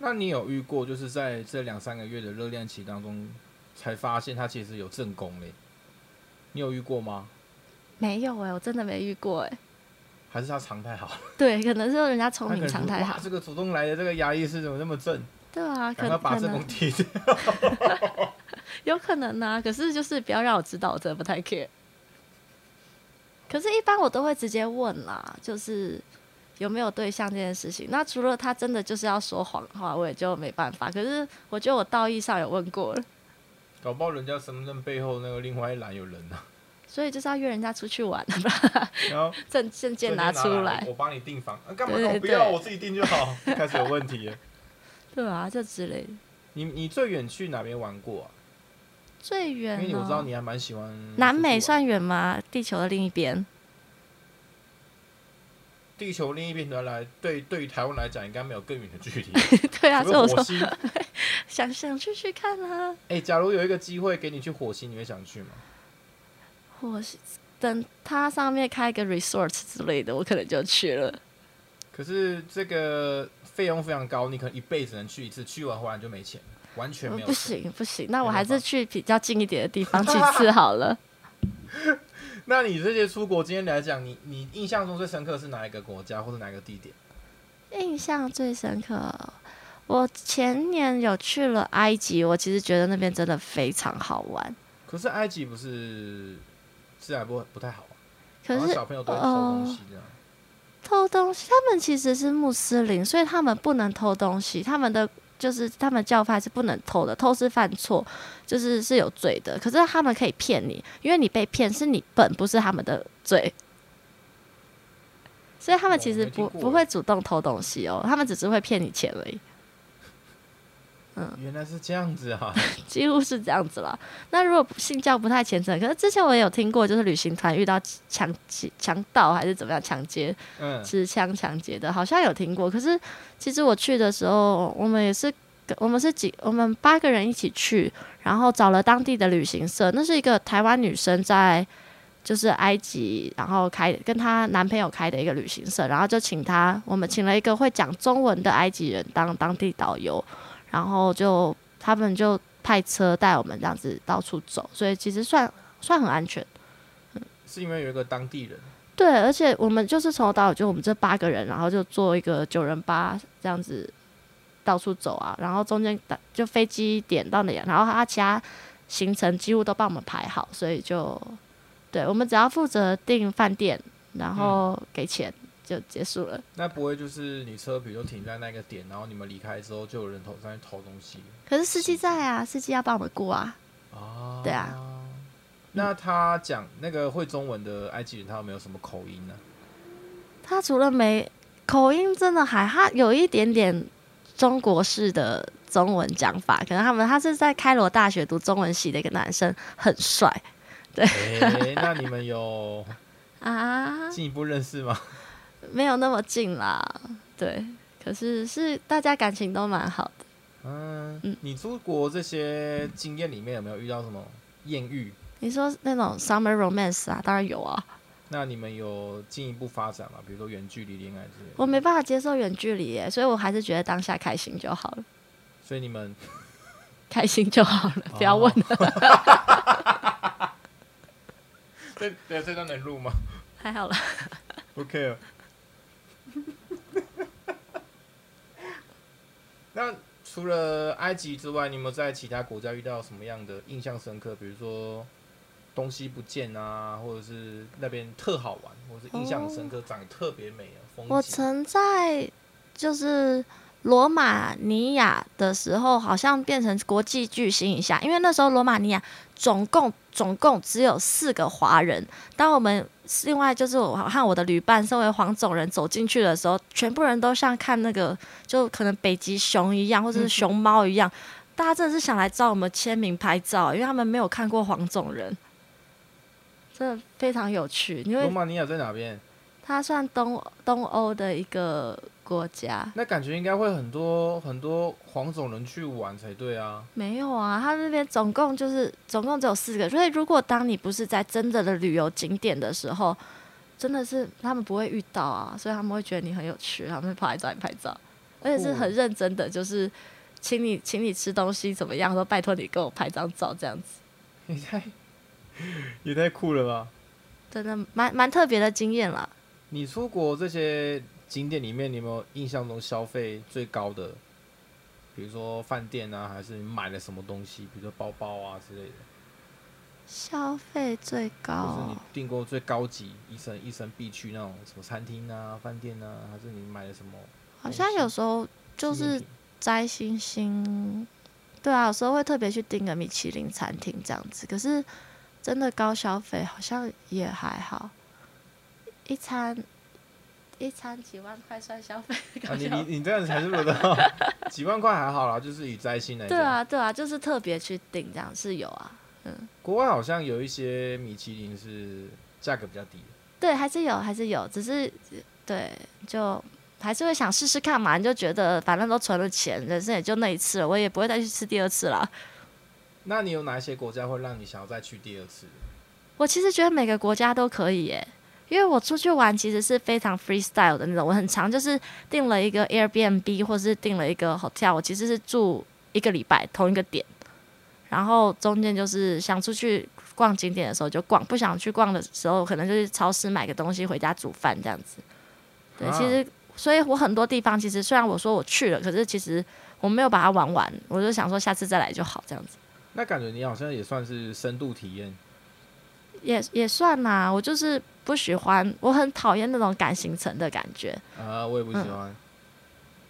Speaker 1: 那你有遇过就是在这两三个月的热恋期当中，才发现他其实有正宫嘞？你有遇过吗？
Speaker 2: 没有哎、我真的没遇过哎、
Speaker 1: 还是他常态好？
Speaker 2: 对，可能是人家聪
Speaker 1: 他可
Speaker 2: 明
Speaker 1: 能
Speaker 2: 常
Speaker 1: 觉得
Speaker 2: 态好
Speaker 1: 哇，。这个主动来的这个牙医师怎么那么正？
Speaker 2: 对啊，
Speaker 1: 赶快
Speaker 2: 可能
Speaker 1: 把
Speaker 2: 可
Speaker 1: 正宫
Speaker 2: 能
Speaker 1: 踢掉。
Speaker 2: 有可能啊，可是就是不要让我知道，我真的不太 care。可是，一般我都会直接问啦，就是有没有对象这件事情。那除了他真的就是要说谎话，我也就没办法。可是，我觉得我道义上有问过了，
Speaker 1: 搞不好人家身份证背后那个另外一栏有人呢、 啊，
Speaker 2: 所以就是要约人家出去玩，
Speaker 1: 然后
Speaker 2: 证证件拿
Speaker 1: 拿
Speaker 2: 出来，
Speaker 1: 我帮你订房，啊、干嘛
Speaker 2: 对
Speaker 1: 干嘛
Speaker 2: 对
Speaker 1: 不要，
Speaker 2: 对
Speaker 1: 我自己订就好。开始有问题了。
Speaker 2: 对啊，这之类的。
Speaker 1: 你你最远去哪边玩过啊？
Speaker 2: 最远、
Speaker 1: 因
Speaker 2: 哦，
Speaker 1: 为我知道你还蛮喜欢
Speaker 2: 嗯南
Speaker 1: 出去
Speaker 2: 美
Speaker 1: 玩
Speaker 2: 算远吗？地球的另一边，
Speaker 1: 地球另一边的来，对对于台湾来讲，应该没有更远的距离。
Speaker 2: 对啊，
Speaker 1: 除
Speaker 2: 所以我
Speaker 1: 了火
Speaker 2: 说
Speaker 1: 星，
Speaker 2: 想想出去看啊。
Speaker 1: 哎、假如有一个机会给你去火星，你会想去吗？
Speaker 2: 或是等它上面开一个 resort 之类的，我可能就去了。
Speaker 1: 可是这个费用非常高，你可能一辈子能去一次，去完回来你就没钱了，完全没有
Speaker 2: 哦不
Speaker 1: 钱。
Speaker 2: 行不行，那我
Speaker 1: 没
Speaker 2: 还
Speaker 1: 办
Speaker 2: 是
Speaker 1: 法
Speaker 2: 去比较近一点的地方几次好了。
Speaker 1: 那你这些出国经验来讲，你你印象中最深刻是哪一个国家或者哪一个地点？
Speaker 2: 印象最深刻，我前年有去了埃及，我其实觉得那边真的非常好玩。
Speaker 1: 可是埃及不是自然不不太好、啊，
Speaker 2: 可
Speaker 1: 好像
Speaker 2: 是
Speaker 1: 小朋友都会偷东西这样。
Speaker 2: 偷东西，他们其实是穆斯林，所以他们不能偷东西，他们的就是他们教派是不能偷的，偷是犯错，就是是有罪的。可是他们可以骗你，因为你被骗是你笨，不是他们的罪。所以他们其实不
Speaker 1: 哦我没听过
Speaker 2: 不会主动偷东西哦，他们只是会骗你钱而已，哦
Speaker 1: 原来是这样子 啊！
Speaker 2: 几乎是这样子啦。那如果信教不太虔诚，可是之前我也有听过，就是旅行团遇到强强盗还是怎么样抢劫，
Speaker 1: 嗯，
Speaker 2: 持枪抢劫的，好像有听过。可是其实我去的时候，我们也是跟，我们是几，我们八个人一起去，然后找了当地的旅行社。那是一个台湾女生在就是埃及，然后开跟她男朋友开的一个旅行社，然后就请她，我们请了一个会讲中文的埃及人当当地导游，然后就他们就派车带我们这样子到处走，所以其实算算很安全。
Speaker 1: 是因为有一个当地人，
Speaker 2: 对，而且我们就是从头到尾就我们这八个人，然后就坐一个九人八这样子到处走啊，然后中间打就飞机点到哪里，啊然后他其他行程几乎都帮我们排好，所以就对我们只要负责订饭店，然后给钱就结束了。
Speaker 1: 那不会就是你车比如说停在那个点，然后你们离开之后就有人偷上去偷东西
Speaker 2: 可是司机在啊，司机要帮我们顾啊，
Speaker 1: 啊？
Speaker 2: 对啊。
Speaker 1: 那他讲那个会中文的埃及人，他有没有什么口音呢、
Speaker 2: 他除了没口音，真的还他有一点点中国式的中文讲法。可能他们他是在开罗大学读中文系的一个男生，很帅
Speaker 1: 诶， 那你们有
Speaker 2: 啊，
Speaker 1: 进一步认识吗？
Speaker 2: 没有那么近啦。对，可是是大家感情都蛮好的。
Speaker 1: 嗯，你出国这些经验里面有没有遇到什么艳遇？
Speaker 2: 你说那种 summer romance 啊，当然有啊，
Speaker 1: 那你们有进一步发展吗？比如说远距离恋爱之类的？
Speaker 2: 我没办法接受远距离耶，所以我还是觉得当下开心就好了，
Speaker 1: 所以你们
Speaker 2: 开心就好了，不要问了，
Speaker 1: 这对这段能录吗
Speaker 2: 还好啦。
Speaker 1: ？OK。那除了埃及之外，你有没有在其他国家遇到什么样的印象深刻？比如说东西不见啊，或者是那边特好玩，或者是印象很深刻、长得特别美啊，风
Speaker 2: 我
Speaker 1: 景。
Speaker 2: 曾在就是罗马尼亚的时候，好像变成国际巨星一下，因为那时候罗马尼亚总共总共只有四个华人。当我们另外就是我和我的旅伴，身为黄种人走进去的时候，全部人都像看那个就可能北极熊一样，或者是熊猫一样，大家真的是想来找我们签名拍照，因为他们没有看过黄种人，真的非常有趣。因
Speaker 1: 罗
Speaker 2: 为
Speaker 1: 马尼亚在哪边？
Speaker 2: 它算东东欧的一个国家，
Speaker 1: 那感觉应该会很多很多黄种人去玩才对啊。
Speaker 2: 没有啊，他那边总共就是总共只有四个，所以如果当你不是在真正的旅游景点的时候，真的是他们不会遇到啊，所以他们会觉得你很有趣，他们会跑来找你拍照，而且是很认真的，就是请你请你吃东西怎么样，说拜托你跟我拍张照这样子，
Speaker 1: 也太也太酷了吧！
Speaker 2: 真的蛮蛮特别的经验啦。
Speaker 1: 你出国这些景点里面，你有没有印象中消费最高的？比如说饭店啊，还是你买了什么东西，比如说包包啊之类的，
Speaker 2: 消费最
Speaker 1: 或是
Speaker 2: 高啊
Speaker 1: 你，订过最高级一生一生必去那种什么餐厅啊、饭店啊，还是你买了什么？
Speaker 2: 好像有时候就
Speaker 1: 纪念
Speaker 2: 是
Speaker 1: 品
Speaker 2: 摘星星，对啊，有时候会特别去订个米其林餐厅这样子。可是真的高消费好像也还好，一餐一餐几万块算消费
Speaker 1: 啊，
Speaker 2: 高
Speaker 1: 你
Speaker 2: 消
Speaker 1: 你
Speaker 2: 费。
Speaker 1: 你这样子还是不知道， 几万块还好啦，就是以摘星来讲。
Speaker 2: 对啊，对啊，就是特别去订这样是有啊，
Speaker 1: 国外好像有一些米其林是价格比较低的，
Speaker 2: 对，还是有，还是有，只是对，就还是会想试试看嘛。你就觉得反正都存了钱，人生也就那一次了，我也不会再去吃第二次了。
Speaker 1: 那你有哪一些国家会让你想要再去第二次？
Speaker 2: 我其实觉得每个国家都可以耶，因为我出去玩其实是非常 freestyle 的那种，我很常就是订了一个 Airbnb 或是订了一个 hotel，我其实是住一个礼拜同一个点，然后中间就是想出去逛景点的时候就逛，不想去逛的时候可能就是超市买个东西回家煮饭这样子。对，
Speaker 1: 啊
Speaker 2: 其实所以我很多地方其实虽然我说我去了，可是其实我没有把它玩完，我就想说下次再来就好这样子。
Speaker 1: 那感觉你好像也算是深度体验，
Speaker 2: 也也算啦、我就是不喜欢，我很讨厌那种赶行程的感觉。
Speaker 1: 啊，我也不喜
Speaker 2: 嗯
Speaker 1: 欢。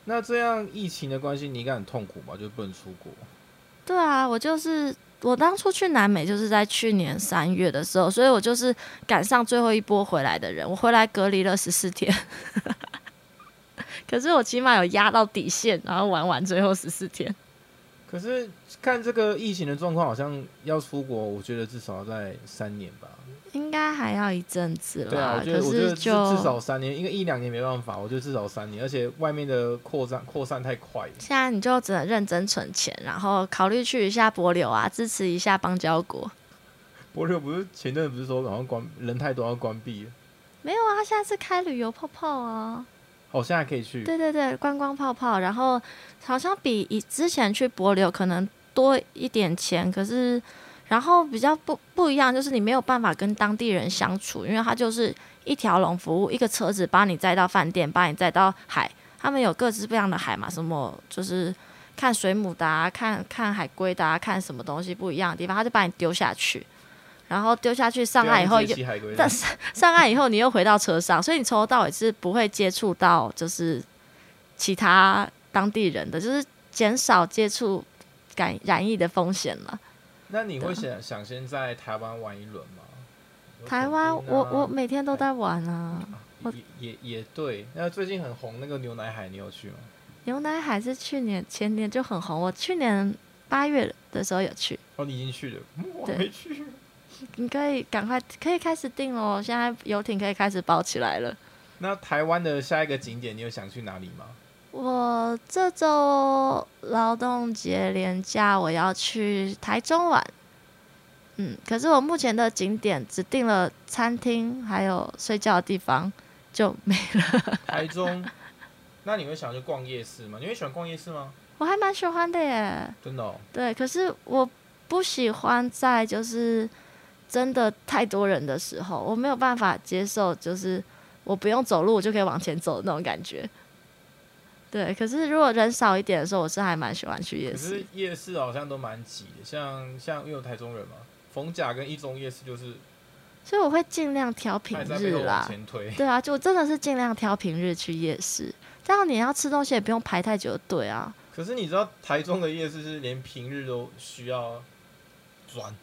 Speaker 1: 那这样疫情的关系，你应该很痛苦吧？就不能出国。
Speaker 2: 对啊，我就是我当初去南美就是在去年三月的时候，所以我就是赶上最后一波回来的人。我回来隔离了十四天， 可是我起码有压到底线，然后玩完最后十四天。
Speaker 1: 可是看这个疫情的状况，好像要出国，我觉得至少要在三年吧。
Speaker 2: 应该还要一阵子
Speaker 1: 对啊，
Speaker 2: 啦，
Speaker 1: 我觉
Speaker 2: 可
Speaker 1: 得我觉
Speaker 2: 是
Speaker 1: 得至
Speaker 2: 就
Speaker 1: 至少三年，因为一两年没办法，我觉得至少三年，而且外面的扩散扩散太快了。
Speaker 2: 现在你就只能认真存钱，然后考虑去一下博流啊，支持一下邦交国。
Speaker 1: 博流不是前阵子不是说好像关人太多要关闭了，
Speaker 2: 没有啊，现在是开旅游泡泡啊。
Speaker 1: 哦，现在可以去。
Speaker 2: 对对对，观光泡泡，然后好像比以之前去博流可能多一点钱，可是然后比较不不一样，就是你没有办法跟当地人相处，因为它就是一条龙服务，一个车子把你载到饭店，把你载到海，他们有各式各样的海嘛，什么就是看水母的、啊，看看海龟的、啊，看什么东西不一样的地方，他就把你丢下去，然后丢下去上岸以后
Speaker 1: 对啊
Speaker 2: 又
Speaker 1: 你直接骑海龟
Speaker 2: 但是上 岸以后，你又回到车上，所以你从头到尾是不会接触到就是其他当地人的，就是减少接触感染疫的风险了。
Speaker 1: 那你会想想先在台湾玩一轮吗？
Speaker 2: 台湾，
Speaker 1: 有
Speaker 2: 我
Speaker 1: 垦丁啊
Speaker 2: 我每天都在玩啊。我
Speaker 1: 也也也对。那最近很红那个牛奶海，你有去吗？
Speaker 2: 牛奶海是去年前年就很红，我去年八月的时候有去，
Speaker 1: 哦，你已经去了，嗯我
Speaker 2: 对
Speaker 1: 没去。
Speaker 2: 你可以赶快可以开始订了，现在游艇可以开始包起来了。
Speaker 1: 那台湾的下一个景点，你有想去哪里 吗？
Speaker 2: 我这周劳动节连假，我要去台中玩。嗯，可是我目前的景点只定了餐厅，还有睡觉的地方，就没。
Speaker 1: 台中。那你会想去逛夜市吗？你会喜欢逛夜市吗？
Speaker 2: 我还蛮喜欢的耶。
Speaker 1: 真的、哦，
Speaker 2: 对，可是我不喜欢在就是真的太多人的时候，我没有办法接受，就是我不用走路我就可以往前走的那种感觉。对，可是如果人少一点的时候，我是还蛮喜欢去夜
Speaker 1: 可
Speaker 2: 市的
Speaker 1: 是。夜市好像都蛮挤的，像像因为我台中人嘛，逢甲跟一中夜市就是
Speaker 2: 所以我会尽量挑平
Speaker 1: 还在背
Speaker 2: 日
Speaker 1: 后往
Speaker 2: 啦。
Speaker 1: 前推。
Speaker 2: 对啊，就真的是尽量挑平日去夜市。这样你要吃东西也不用排太久的队啊。
Speaker 1: 可是你知道台中的夜市是连平日都需要转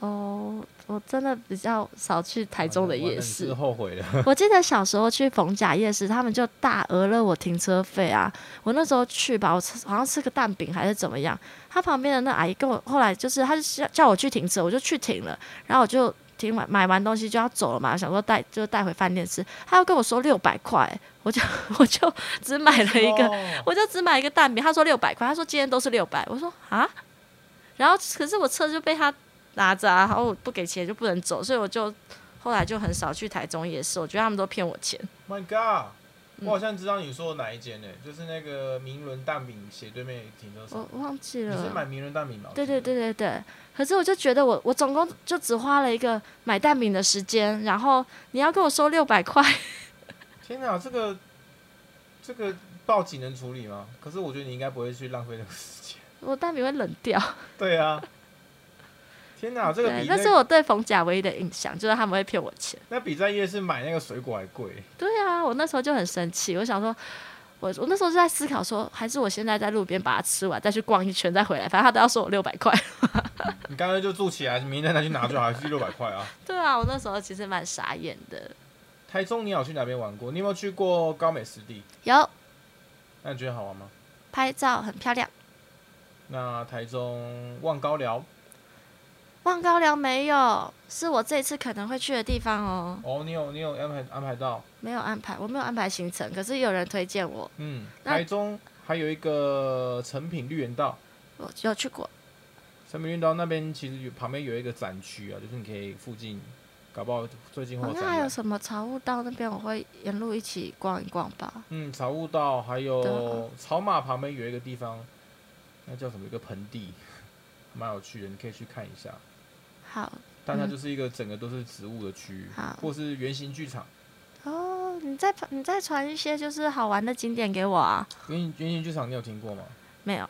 Speaker 2: 哦，我真的比较少去台中的夜市
Speaker 1: 是。后 悔了。
Speaker 2: 我记得小时候去逢甲夜市，他们就大额了我停车费啊。我那时候去吧，我吃好像吃个蛋饼还是怎么样，他旁边的那阿姨跟我后来就是，他就叫叫我去停车，我就去停了，然后我就停完买完东西就要走了嘛，想说带就带回饭店吃，他又跟我说六百块，我就 我就只买了一个，
Speaker 1: 哦
Speaker 2: 我就只买一个蛋饼，他说六百块，他说今天都是六百，我说啊，然后可是我车就被他拿着啊，然后我不给钱就不能走，所以我就后来就很少去台中夜市，我觉得他们都骗我钱。
Speaker 1: My God！
Speaker 2: 嗯
Speaker 1: 我好像知道你说的哪一间呢、就是那个明伦蛋饼斜对面停车
Speaker 2: 我
Speaker 1: 场。
Speaker 2: 忘记
Speaker 1: 你是买
Speaker 2: 了。
Speaker 1: 明伦蛋饼吗？
Speaker 2: 哦啊对对对对对，可是我就觉得我我总共就只花了一个买蛋饼的时间，然后你要跟我收六百块，
Speaker 1: 天哪，这个这个报警能处理吗？可是我觉得你应该不会去浪费那个时间。
Speaker 2: 我蛋饼会冷掉。
Speaker 1: 对啊，天哪，这个
Speaker 2: 对
Speaker 1: 比，
Speaker 2: 那是
Speaker 1: 那
Speaker 2: 我对逢甲唯一的印象，就是他们会骗我钱。
Speaker 1: 那比在夜市买那个水果还贵。
Speaker 2: 对啊，我那时候就很生气，我想说，我我那时候就在思考说，还是我现在在路边把它吃完，再去逛一圈再回来，反正他都要收我六百 块。
Speaker 1: 你干脆就住起来，明天再去拿就好，还是六百块啊？
Speaker 2: 对啊，我那时候其实蛮傻眼的。
Speaker 1: 台中，你有去哪边玩过？你有没有去过高美湿地？
Speaker 2: 有
Speaker 1: 那你觉得好玩吗？
Speaker 2: 拍照很漂亮，
Speaker 1: 那台中望高寮
Speaker 2: 望高粱没有，是我这次可能会去的地方哦。
Speaker 1: 哦，你有你有安排安排到？
Speaker 2: 没有安排，我没有安排行程，可是有人推荐我，
Speaker 1: 嗯，
Speaker 2: 那
Speaker 1: 台中还有一个成品绿园道，
Speaker 2: 我有去过。
Speaker 1: 成品绿园道那边其实有旁边有一个展区啊，就是你可以附近，搞不好最近会
Speaker 2: 哦
Speaker 1: 有
Speaker 2: 那
Speaker 1: 展
Speaker 2: 还有
Speaker 1: 览。
Speaker 2: 什么潮雾道那边，我会沿路一起逛一逛吧。
Speaker 1: 嗯，草悟道还
Speaker 2: 对
Speaker 1: 有
Speaker 2: 啊
Speaker 1: 草马旁边有一个地方，那叫什么？一个盆地， 蛮有趣的，你可以去看一下。
Speaker 2: 好
Speaker 1: 但它
Speaker 2: 嗯
Speaker 1: 就是一个整个都是植物的区域，
Speaker 2: 好
Speaker 1: 或是圆形剧场。
Speaker 2: 哦，你再你再传一些就是好玩的景点给我啊。
Speaker 1: 圆形圆形剧场你有听过吗？
Speaker 2: 没有，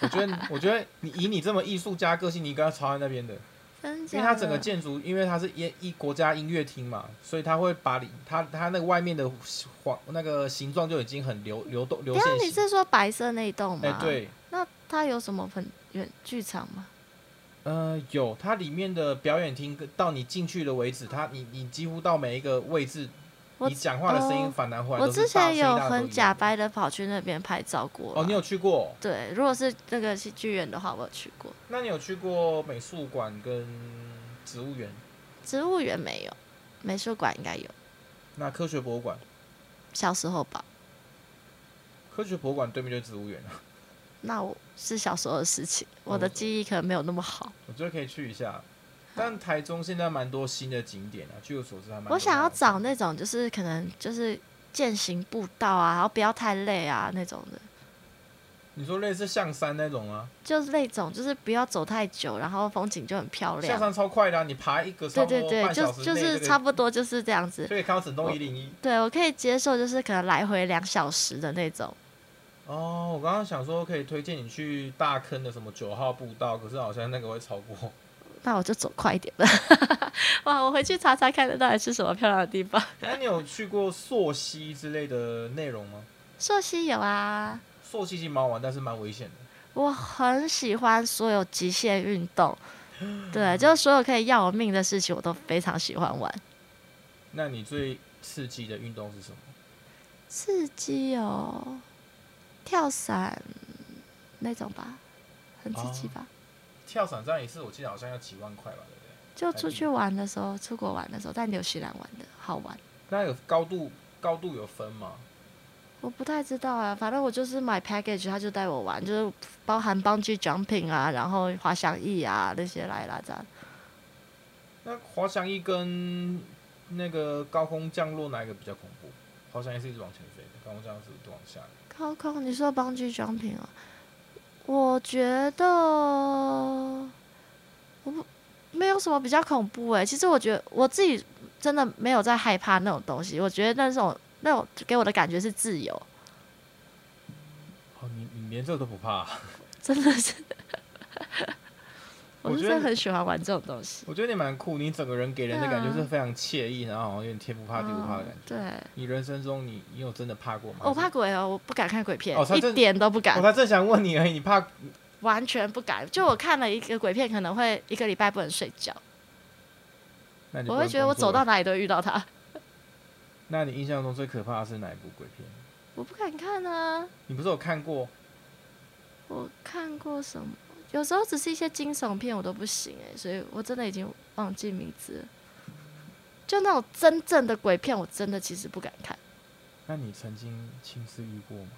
Speaker 1: 我觉得，我觉得你以你这么艺术家个性，你应该要朝在那边的，
Speaker 2: 真
Speaker 1: 因
Speaker 2: 假
Speaker 1: 为
Speaker 2: 的？
Speaker 1: 它整个建筑，因为它是一一国家音乐厅嘛，所以它会把里它它那个外面的黄那个形状就已经很流流动流
Speaker 2: 等一下
Speaker 1: 线
Speaker 2: 你
Speaker 1: 型。
Speaker 2: 是啊说白色那一栋
Speaker 1: 哎、
Speaker 2: 吗？。
Speaker 1: 对，
Speaker 2: 那它有什么很远剧场吗？
Speaker 1: 呃，有它里面的表演厅跟到你进去的为止，它你你几乎到每一个位置，
Speaker 2: 我
Speaker 1: 你讲话的声音
Speaker 2: 哦
Speaker 1: 反弹回来
Speaker 2: 我
Speaker 1: 都
Speaker 2: 之
Speaker 1: 是大声大
Speaker 2: 前有
Speaker 1: 家都一
Speaker 2: 很
Speaker 1: 样
Speaker 2: 假掰的跑去那边拍照过啦。
Speaker 1: 哦，你有去过？
Speaker 2: 对，如果是那个戏剧院的话，我有去过。
Speaker 1: 那你有去过美术馆跟植物园？
Speaker 2: 植物园没有，美术馆应该有。
Speaker 1: 那科学博物馆，
Speaker 2: 小时候吧，
Speaker 1: 科学博物馆对面就是植物园啊，
Speaker 2: 那我是小时候的事情，
Speaker 1: 哦
Speaker 2: 我的记忆可能没有那么好。
Speaker 1: 我觉得可以去一下。但台中现在蛮多新的景点啊，据我所知还蛮多。
Speaker 2: 我想要找那种就是可能就是践行步道啊，然后不要太累啊那种的，
Speaker 1: 你说类似象山那种啊，
Speaker 2: 就是那种就是不要走太久，然后风景就很漂
Speaker 1: 象
Speaker 2: 亮。
Speaker 1: 山超快的啊、你爬一个差
Speaker 2: 对
Speaker 1: 不
Speaker 2: 对
Speaker 1: 多
Speaker 2: 对，
Speaker 1: 半
Speaker 2: 就
Speaker 1: 小时
Speaker 2: 就
Speaker 1: 内
Speaker 2: 是
Speaker 1: 这个
Speaker 2: 差不多就是这样
Speaker 1: 就
Speaker 2: 子。
Speaker 1: 可以看到整栋
Speaker 2: 我
Speaker 1: 一零一。
Speaker 2: 对我可以接受，就是可能来回两小时的那种。
Speaker 1: 哦，我刚刚想说可以推荐你去大坑的什么九号步道，可是好像那个会超 过。
Speaker 2: 那我就走快一点吧。 哇，我回去查查看，到底是什么漂亮的地方。
Speaker 1: 那你有去过溯溪之类的内容吗？
Speaker 2: 朔溪有啊，
Speaker 1: 溯溪其实蛮好玩，但是蛮危险的。
Speaker 2: 我很喜欢所有极限运动，对，就是所有可以要我命的事情，我都非常喜欢玩。
Speaker 1: 那你最刺激的运动是什么？
Speaker 2: 刺激哦，跳伞那种吧，很刺激吧？
Speaker 1: 跳伞这样一次，我记得好像要几万块吧，对不对？
Speaker 2: 就出去玩的时候，出国玩的时候，在纽西兰玩的好玩。
Speaker 1: 那有高度高度有分吗？
Speaker 2: 我不太知道啊，反正我就是买 package，他就带我玩，就是包含 bungee jumping 啊，然后滑翔翼啊那些来啦这样。
Speaker 1: 那滑翔翼跟那个高空降落哪一个比较恐怖？滑翔翼是一直往前飞的，高空降落是一直往下的。
Speaker 2: 高空，你说 bungee jumping 啊？我觉得我不没有什么比较恐怖哎、其实我觉得我自己真的没有在害怕那种东西，我觉得那种那种给我的感觉是自由，
Speaker 1: 哦，你你连这个都不怕啊、
Speaker 2: 真的是。我
Speaker 1: 我
Speaker 2: 是
Speaker 1: 觉
Speaker 2: 真
Speaker 1: 得
Speaker 2: 的很喜欢玩这种东西，
Speaker 1: 我觉得你蛮酷，你整个人给人的
Speaker 2: 对啊
Speaker 1: 感觉是非常惬意，然后好像有点天不怕地不怕的感觉。
Speaker 2: 嗯对，
Speaker 1: 你人生中你你有真的怕过吗？
Speaker 2: 我怕鬼哦，我不敢看鬼片，
Speaker 1: 哦他
Speaker 2: 一
Speaker 1: 真
Speaker 2: 点都不敢
Speaker 1: 我，才正想问你而已，你怕
Speaker 2: 完全不敢。就我看了一个鬼片，可能会一个礼拜不能睡觉，
Speaker 1: 那你不
Speaker 2: 我
Speaker 1: 能
Speaker 2: 会觉得我
Speaker 1: 工作
Speaker 2: 走到
Speaker 1: 了
Speaker 2: 哪里都会遇到他。
Speaker 1: 那你印象中最可怕的是哪一部鬼片？
Speaker 2: 我不敢看啊，
Speaker 1: 你不是有看过？
Speaker 2: 我看过什么？有时候只是一些惊悚片，我都不行哎、所以我真的已经忘记名字了。就那种真正的鬼片，我真的其实不敢看。
Speaker 1: 那你曾经亲自遇过吗？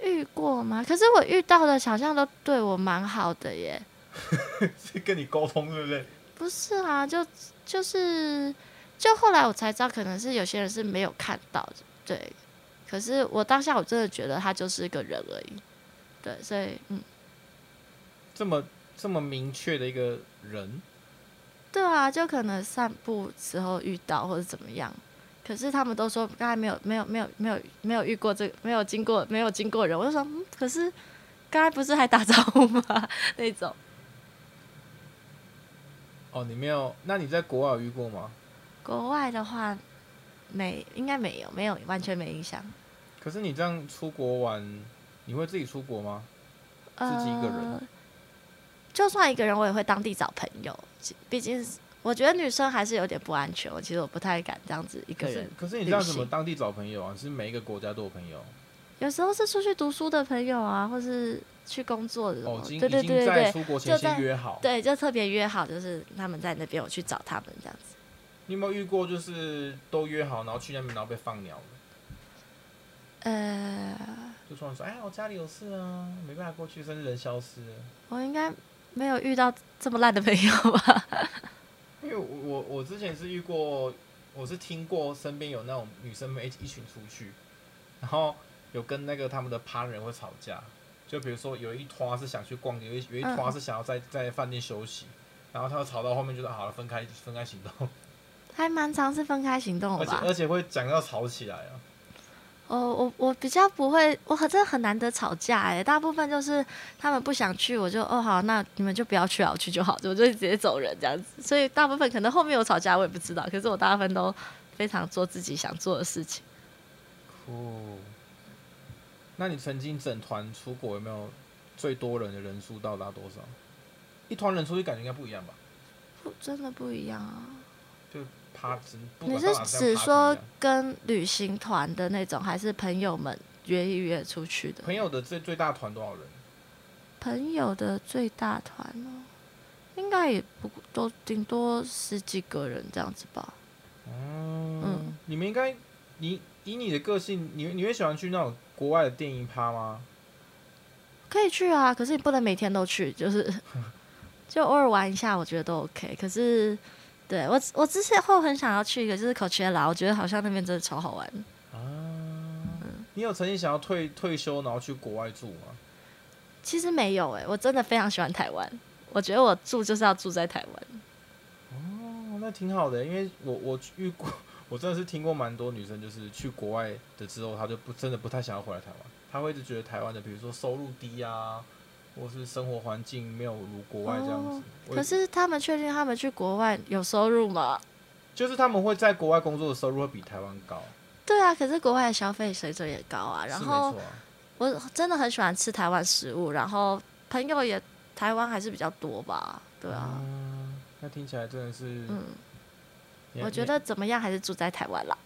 Speaker 2: 遇过吗？可是我遇到的好像都对我蛮好的耶。
Speaker 1: 是跟你沟通对不对？
Speaker 2: 不是啊，就就是就后来我才知道，可能是有些人是没有看到的，对。可是我当下我真的觉得他就是一个人而已，对，所以嗯，
Speaker 1: 这么这么明确的一个人，
Speaker 2: 对啊，就可能散步时候遇到或者怎么样。可是他们都说刚才没有没有没有没有没有遇过这个没有经过没有经过人，我就说嗯，可是刚才不是还打招呼吗？那种
Speaker 1: 哦，你没有？那你在国外有遇过吗？
Speaker 2: 国外的话没应该没有没有完全没影响，
Speaker 1: 可是你这样出国玩，你会自己出国吗？自己一个人
Speaker 2: 呃，就算一个人，我也会当地找朋友。其毕竟是我觉得女生还是有点不安全，我其实我不太敢这样子一个
Speaker 1: 可是
Speaker 2: 人。
Speaker 1: 可是你这样
Speaker 2: 旅
Speaker 1: 怎么
Speaker 2: 行
Speaker 1: 当地找朋友啊？是每一个国家都有朋友
Speaker 2: 有时候是出去读书的朋友啊，或是去工作的什
Speaker 1: 哦
Speaker 2: 么，，
Speaker 1: 已经
Speaker 2: 对对
Speaker 1: 已经
Speaker 2: 对
Speaker 1: 在
Speaker 2: 对
Speaker 1: 出国
Speaker 2: 就
Speaker 1: 前先
Speaker 2: 在
Speaker 1: 约好。
Speaker 2: 对，就特别约好，就是他们在那边，我去找他们这样子。
Speaker 1: 你有没有遇过就是都约好，然后去那边然后被放鸟的？
Speaker 2: 呃，
Speaker 1: 就突然说，哎，我家里有事啊，没办法过去，甚至人消失了。
Speaker 2: 我应该没有遇到这么烂的朋友吧？
Speaker 1: 因为我我我之前是遇过，我是听过身边有那种女生们一起一群出去，然后有跟那个他们的 partner 会吵架，就比如说有一团是想去逛街，有一有一
Speaker 2: 嗯
Speaker 1: 团是想要在在饭店休息，然后他们吵到后面就是好了，分开分开行动，
Speaker 2: 还蛮常是分开行动
Speaker 1: 而
Speaker 2: 的
Speaker 1: 且
Speaker 2: 吧？
Speaker 1: 而且会讲到吵起来啊。
Speaker 2: 哦，我我比较不会，我很真的很难得吵架哎、大部分就是他们不想去，我就哦好，那你们就不要去啊，我去就好，我就直接走人这样子。所以大部分可能后面有吵架，我也不知道，可是我大部分都非常做自己想做的事情。
Speaker 1: 哦， 那你曾经整团出国有没有最多人的人数到达多少？一团人出去感觉应该不一样吧？
Speaker 2: 不，真的不一样啊！
Speaker 1: 就趴只不
Speaker 2: 你
Speaker 1: 管
Speaker 2: 是
Speaker 1: 到哪像
Speaker 2: 指
Speaker 1: 趴着一
Speaker 2: 说
Speaker 1: 样
Speaker 2: 跟旅行团的那种，还是朋友们约一约出去的？
Speaker 1: 朋友的最最大团多少人？
Speaker 2: 朋友的最大团哦，应该也不都顶多十几个人这样子吧。
Speaker 1: 嗯，你们应该，你以你的个性，你你会喜欢去那种国外的电影趴吗？
Speaker 2: 可以去啊，可是你不能每天都去，就是 就偶尔玩一下，我觉得都 OK。可是对我我之前后很想要去一个就是 Coachella，我觉得好像那边真的超好玩。嗯
Speaker 1: 你有曾经想要退退休，然后去国外住吗？
Speaker 2: 其实没有诶、欸我真的非常喜欢台湾，我觉得我住就是要住在台湾。
Speaker 1: 哦，那挺好的，因为我我遇过， 我真的是听过蛮多女生，就是去国外的之后，她就不真的不太想要回来台湾，她会一直觉得台湾的，比如说收入低啊，或是生活环境没有如国外这样子。
Speaker 2: 哦
Speaker 1: 我
Speaker 2: 可是他们确定他们去国外有收入吗？
Speaker 1: 就是他们会在国外工作的收入会比台湾高，
Speaker 2: 对啊，可是国外的消费水准也高啊。然
Speaker 1: 是没
Speaker 2: 后
Speaker 1: 错啊。
Speaker 2: 我真的很喜欢吃台湾食物，然后朋友也台湾还是比较多吧。对啊，
Speaker 1: 嗯，那听起来真的是，
Speaker 2: 嗯，
Speaker 1: 你
Speaker 2: 我觉。得怎么样还是住在台湾啦。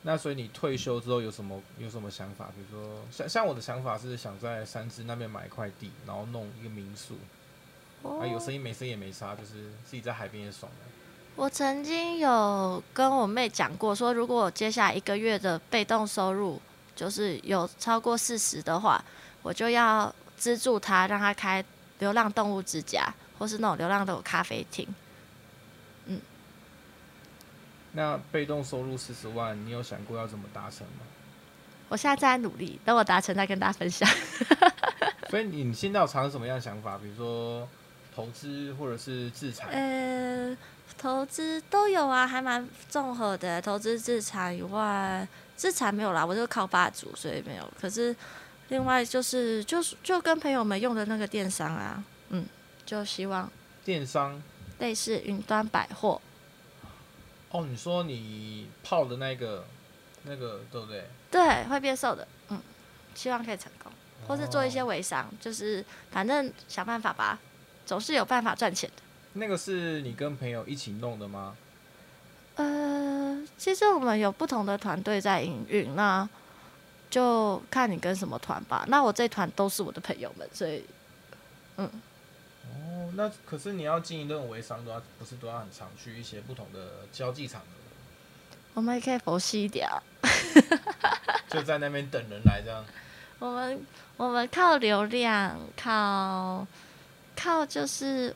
Speaker 1: 那所以你退休之后有什么有什么想法？比如说，像像我的想法是想在三芝那边买一块地，然后弄一个民宿，
Speaker 2: 哦
Speaker 1: 啊，有生意没生意也没差，就是自己在海边也爽了。
Speaker 2: 我曾经有跟我妹讲过，说如果我接下来一个月的被动收入就是有超过四十的话，我就要资助她，让她开流浪动物之家，或是那种流浪动物咖啡厅。
Speaker 1: 那被动收入四十万，你有想过要怎么达成吗？
Speaker 2: 我现在正在努力，等我达成再跟大家分享。
Speaker 1: 所以你你现在有尝试什么样的想法？比如说投资或者是制裁？
Speaker 2: 呃，投资都有啊，还蛮综合的。投资自产以外，自产没有啦，我就靠霸主，所以没有。可是另外就是就是就跟朋友们用的那个电商啊，嗯，就希望
Speaker 1: 电商
Speaker 2: 类似云端百货，
Speaker 1: 哦，你说你泡的那个那个对不对？
Speaker 2: 对，会变瘦的，嗯，希望可以成功，或是做一些微商，就是反正想办法吧，总是有办法赚钱的。
Speaker 1: 那个是你跟朋友一起弄的吗？
Speaker 2: 呃，其实我们有不同的团队在营运，那就看你跟什么团吧。那我这团都是我的朋友们，所以
Speaker 1: 哦，那可是你要经营这种微商，都要不是都要很常去一些不同的交际场 合，
Speaker 2: 我们也可以佛系一点啊。
Speaker 1: 就在那边等人来这样。
Speaker 2: 我们我们靠流量，靠靠就是，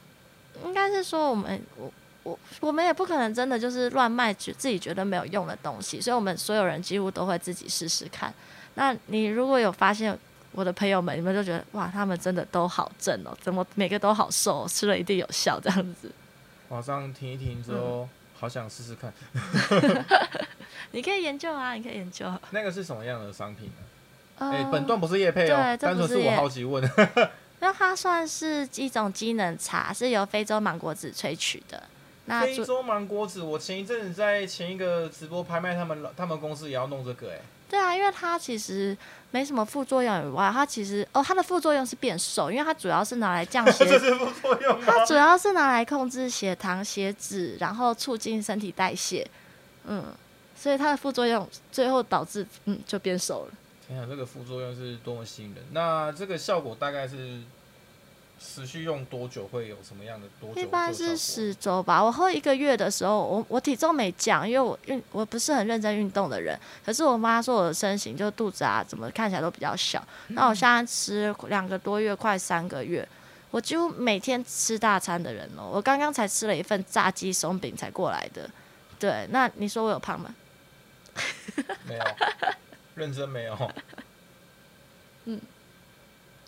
Speaker 2: 应该是说我们我我我们也不可能真的就是乱卖觉自己觉得没有用的东西，所以我们所有人几乎都会自己试试看。那你如果有发现我的朋友们，你们就觉得哇，他们真的都好正哦，怎么每个都好瘦、哦，吃了一定有效这样子。
Speaker 1: 网上听一听之后，好想试试看，
Speaker 2: 你可以研究啊，你可以 研究。
Speaker 1: 那个是什么样的商品呢、
Speaker 2: 呃
Speaker 1: 哎、本段不是叶配哦、
Speaker 2: 对这
Speaker 1: 单
Speaker 2: 不
Speaker 1: 纯
Speaker 2: 是
Speaker 1: 是我
Speaker 2: 业
Speaker 1: 好奇问。
Speaker 2: 那它算是一种机能茶，是由非洲芒果籽萃取的。那
Speaker 1: 非
Speaker 2: 主
Speaker 1: 洲芒果籽，我前一阵子在前一个直播拍卖，他们他们公司也要弄这个、哎，
Speaker 2: 对啊，因为它其实没什么副作用以外，它其实哦，它的副作用是变瘦，因为它主要是拿来降
Speaker 1: 这
Speaker 2: 血，
Speaker 1: 是副作用吗？
Speaker 2: 它主要是拿来控制血糖、血脂，然后促进身体代谢。嗯，所以它的副作用最后导致嗯就变瘦了。
Speaker 1: 天啊，这个副作用是多么吸引人！那这个效果大概是持续用多久会有什么样的多久会
Speaker 2: 一
Speaker 1: 有效果？
Speaker 2: 般是十周吧，我后一个月的时候，我我体重没降，因为我运我不是很认真运动的人。可是我妈说我的身形就肚子啊，怎么看起来都比较小。
Speaker 1: 嗯
Speaker 2: 那我现在吃两个多月，快三个月，我几乎每天吃大餐的人哦。我刚刚才吃了一份炸鸡松饼才过来的。对，那你说我有胖吗？
Speaker 1: 没有，认真没有。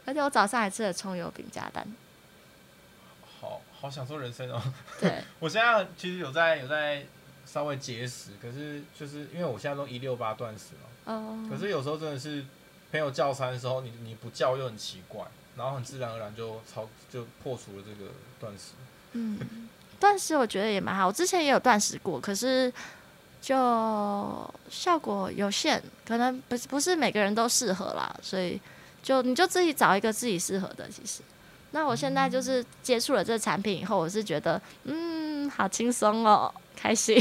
Speaker 2: 而且我早上还吃了葱油饼加蛋。
Speaker 1: 好好享受人生哦！
Speaker 2: 对，
Speaker 1: 我现在其实有在有在稍微节食，可是就是因为我现在都一六八断食嘛，
Speaker 2: 哦、
Speaker 1: 可是有时候真的是朋友叫餐的时候，你你不叫又很奇怪，然后很自然而然就超就破除了这个断食。
Speaker 2: 嗯，断食我觉得也蛮好，我之前也有断食过，可是就效果有限，可能不是不是每个人都适合啦，所以就你就自己找一个自己适合的。其实，那我现在就是接触了这产品以后，我是觉得嗯，好轻松哦，开心。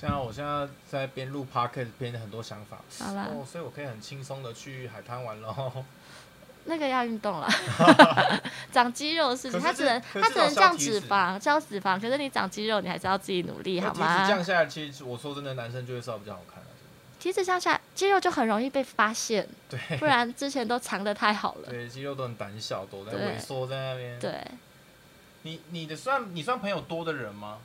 Speaker 1: 像我现在在边录 podcast 边很多想法，
Speaker 2: 好啦，
Speaker 1: 哦，所以我可以很轻松的去海滩玩 喽。
Speaker 2: 那个要运 动了，长肌肉的事情，
Speaker 1: 可是
Speaker 2: 它只能
Speaker 1: 这可
Speaker 2: 它
Speaker 1: 是
Speaker 2: 只能
Speaker 1: 这种
Speaker 2: 降
Speaker 1: 小体
Speaker 2: 脂
Speaker 1: 脂
Speaker 2: 肪，消脂肪，可是你长肌肉，你还是要自己努力，好
Speaker 1: 体
Speaker 2: 吗？
Speaker 1: 脂降下来，其实我说真的，男生就会稍微比较好看、啊。
Speaker 2: 体脂降下来，肌肉就很容易被发现，
Speaker 1: 对
Speaker 2: 不然之前都藏得太好了。
Speaker 1: 对，肌肉都很胆小，躲在
Speaker 2: 对
Speaker 1: 萎缩在那边。
Speaker 2: 对，
Speaker 1: 你你的算你算朋友多的人吗？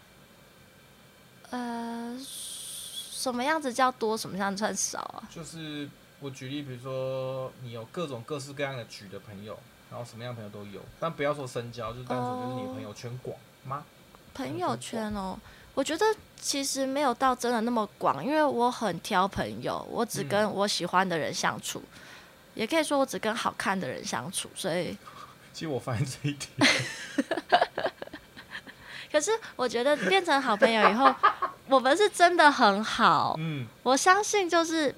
Speaker 2: 呃，什么样子叫多，什么样子算少啊？
Speaker 1: 就是我举例，比如说你有各种各式各样的局的朋友，然后什么样的朋友都有，但不要说深交，就是单纯就是你的朋友圈广吗？
Speaker 2: 朋友圈哦，我觉得其实没有到真的那么广，因为我很挑朋友，我只跟
Speaker 1: 嗯
Speaker 2: 我喜欢的人相处，也可以说我只跟好看的人相处，所以
Speaker 1: 其实我发现这一点，
Speaker 2: 可是我觉得变成好朋友 以后，我们是真的很好，
Speaker 1: 嗯，
Speaker 2: 我相信就是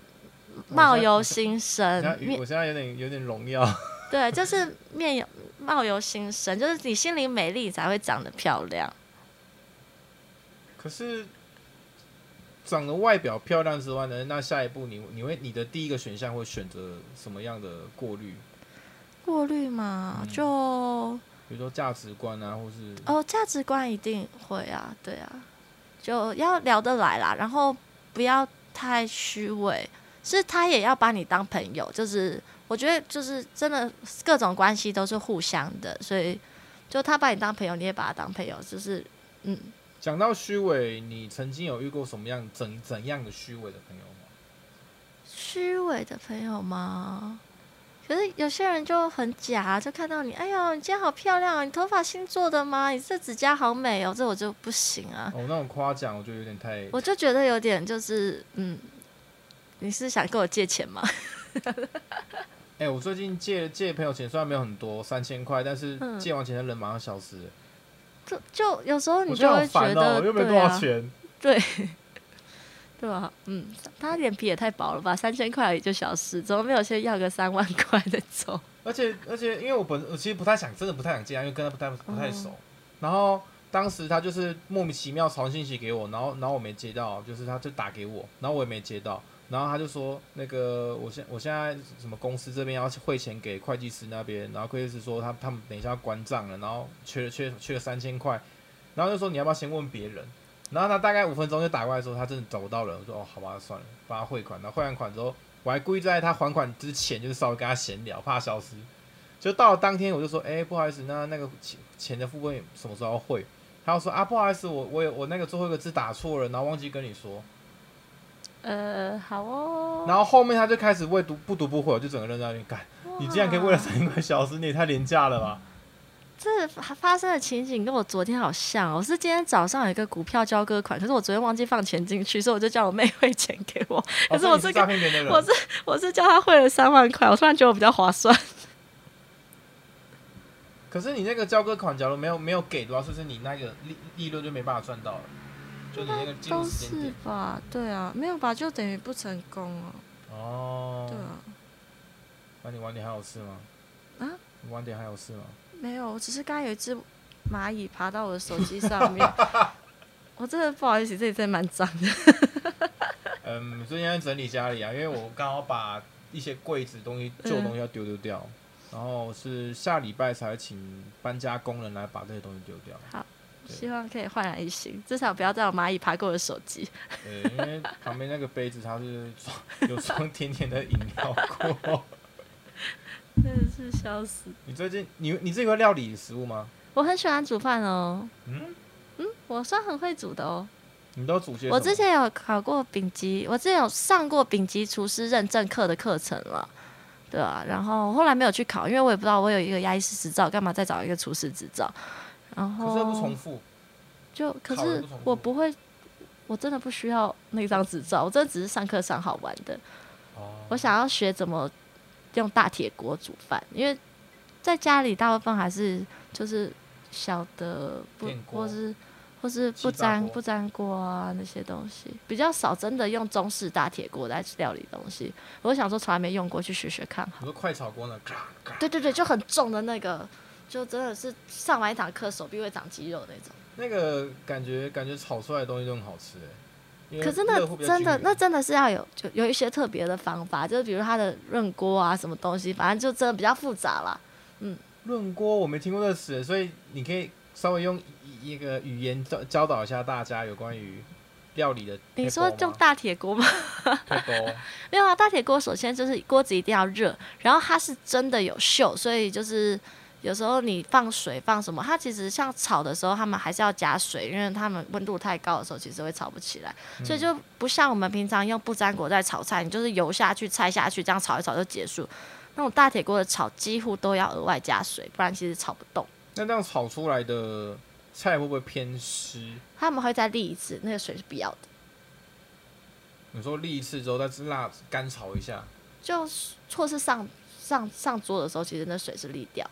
Speaker 2: 貌由心生
Speaker 1: 然后，
Speaker 2: 面
Speaker 1: 我现在有点有点荣耀，
Speaker 2: 对，就是面有貌由心生，就是你心里美丽才会长得漂亮。
Speaker 1: 可是长得外表漂亮之外呢，那下一步你你会你的第一个选项会选择什么样的过滤？
Speaker 2: 过滤嘛，
Speaker 1: 嗯
Speaker 2: 就
Speaker 1: 比如说价值观啊，或是
Speaker 2: 哦，价值观一定会啊，对啊，就要聊得来啦，然后不要太虚伪，是他也要把你当朋友，就是我觉得就是真的各种关系都是互相的，所以就他把你当朋友，你也把他当朋友，就是嗯，
Speaker 1: 讲到虚伪，你曾经有遇过什么样怎怎样的虚伪的朋友吗？
Speaker 2: 虚伪的朋友吗？可是有些人就很假，就看到你，哎呦，你今天好漂亮啊！你头发新做的吗？你这指甲好美哦！这我就不行啊，
Speaker 1: 哦，那种夸奖我觉得有点太
Speaker 2: 我就觉得有点就是，嗯，你是想跟我借钱吗？
Speaker 1: 哎、哎、我最近借借朋友钱，虽然没有很多，三千块，但是
Speaker 2: 嗯
Speaker 1: 借完钱的人马上消失了， 哎
Speaker 2: 就就有时候你
Speaker 1: 我
Speaker 2: 就
Speaker 1: 得好
Speaker 2: 会觉
Speaker 1: 烦哦、
Speaker 2: 得，
Speaker 1: 又没
Speaker 2: 对
Speaker 1: 多少
Speaker 2: 啊
Speaker 1: 钱，
Speaker 2: 对吧、嗯，他脸皮也太薄了吧，三千块也就小事，怎么没有先要个三万块再走？
Speaker 1: 而且而且，因为我本我其实不太想，真的不太想见他，因为跟他不太不太
Speaker 2: 哦
Speaker 1: 熟。然后当时他就是莫名其妙传信息给我，然后然后我没接到，就是他就打给我，然后我也没接到，然后他就说那个我现我现在什么公司这边要汇钱给会计师那边，然后会计师说他他们等一下要关账了，然后缺缺缺了三千块，然后就说你要不要先问别人。然后他大概五分钟就打过来说他真的找不到人，我说哦好吧算了，帮他汇款。然后汇完款之后，我还故意在他还款之前就是稍微跟他闲聊，怕他消失。就到了当天，我就说，哎、不好意思，那那个钱钱的付费什么时候要汇？他就说啊，不好意思，我我有我那个最后一个字打错了，然后忘记跟你说。
Speaker 2: 呃，好哦。
Speaker 1: 然后后面他就开始为读不读不回，我就整个人在那边干。你竟然可以为了
Speaker 2: 哇
Speaker 1: 三千块消失，你也太廉价了 吧？
Speaker 2: 这发发生的情景跟我昨天好像哦、我是今天早上有一个股票交割款，可是我昨天忘记放钱进去，所以我就叫我妹汇钱给我。可
Speaker 1: 哦
Speaker 2: 是
Speaker 1: 所以
Speaker 2: 我
Speaker 1: 你
Speaker 2: 这
Speaker 1: 是
Speaker 2: 个
Speaker 1: 诈骗别人的
Speaker 2: 我
Speaker 1: 人
Speaker 2: 是，我是叫她汇了三万块，我突然觉得我比较划算。
Speaker 1: 可是你那个交割款，假如没有没有给的话，是不是你那个利利润就没办法赚到了？就你那个进入
Speaker 2: 都
Speaker 1: 时间
Speaker 2: 是
Speaker 1: 点
Speaker 2: 吧？对啊，没有吧？就等于不成功哦。
Speaker 1: 哦
Speaker 2: 对。啊，
Speaker 1: 那你晚点还有事吗？
Speaker 2: 啊？
Speaker 1: 你晚点还有事吗？
Speaker 2: 没有，我只是刚刚有一只蚂蚁爬到我的手机 上面，我真的不好意思，这里真的蛮脏的。
Speaker 1: 嗯，最近在整理家里啊，因为我刚好把一些柜子东西、
Speaker 2: 嗯
Speaker 1: 旧东西要丢丢掉，然后是下礼拜才请搬家工人来把这些东西丢掉。对
Speaker 2: 希望可以焕然一新，至少不要再有蚂蚁爬过我的手机。
Speaker 1: 对，因为旁边那个杯子它是装有装甜甜的饮料过。
Speaker 2: 真的是笑死！
Speaker 1: 你最近你你自己会料理食物吗？
Speaker 2: 我很喜欢煮饭哦，
Speaker 1: 嗯，
Speaker 2: 我算很会煮的哦。
Speaker 1: 你都煮些什么？
Speaker 2: 我之前有考过丙级，我之前有上过丙级厨师认证课的课程了，对啊，然后后来没有去考，因为我也不知道我有一个牙医师执照，干嘛再找一个厨师执照？然
Speaker 1: 可是又不
Speaker 2: 后
Speaker 1: 重复，
Speaker 2: 就可
Speaker 1: 考得
Speaker 2: 是
Speaker 1: 不重复
Speaker 2: 我不会，我真的不需要那张执照，我真的只是上课上好玩的。
Speaker 1: 哦
Speaker 2: 我想要学怎么用大铁锅煮饭，因为在家里大部分还是就是小的不
Speaker 1: 电锅
Speaker 2: 或是或是
Speaker 1: 气
Speaker 2: 不
Speaker 1: 炸
Speaker 2: 粘
Speaker 1: 锅
Speaker 2: 不粘锅啊那些东西，比较少真的用中式大铁锅来料理东西。我想说从来没用过，去学学看好。
Speaker 1: 你说快炒锅呢？咔咔
Speaker 2: 对对对，就很重的那个，就真的是上完一堂课手臂会长肌肉那种。
Speaker 1: 那个感觉感觉炒出来的东西都很好吃哎、因为
Speaker 2: 可是
Speaker 1: 热乎比
Speaker 2: 那
Speaker 1: 较
Speaker 2: 真的
Speaker 1: 均匀
Speaker 2: 那真的是要有就有一些特别的方法，就是比如它的润锅啊什么东西，反正就真的比较复杂啦。
Speaker 1: 论锅我没听过这个词，所以你可以稍微用一一个语言教教导一下大家有关于料理的 paper 吗。
Speaker 2: 你说用 大铁锅吗？
Speaker 1: paper
Speaker 2: 没有啊，大铁锅首先就是锅子一定要热，然后它是真的有锈，所以就是有时候你放水放什么，它其实像炒的时候，他们还是要加水，因为他们温度太高的时候，其实会炒不起来，所以就不像我们平常用不粘锅在炒菜，你就是油下去、菜下去，这样炒一炒就结束。那种大铁锅的炒几乎都要额外加水，不然其实炒不动。
Speaker 1: 那这样炒出来的菜会不会偏湿？
Speaker 2: 他们会再沥一次，那个水是不要的。
Speaker 1: 你说沥一次之后再辣干炒一下，
Speaker 2: 就错是上上上桌的时候，其实那水是沥掉。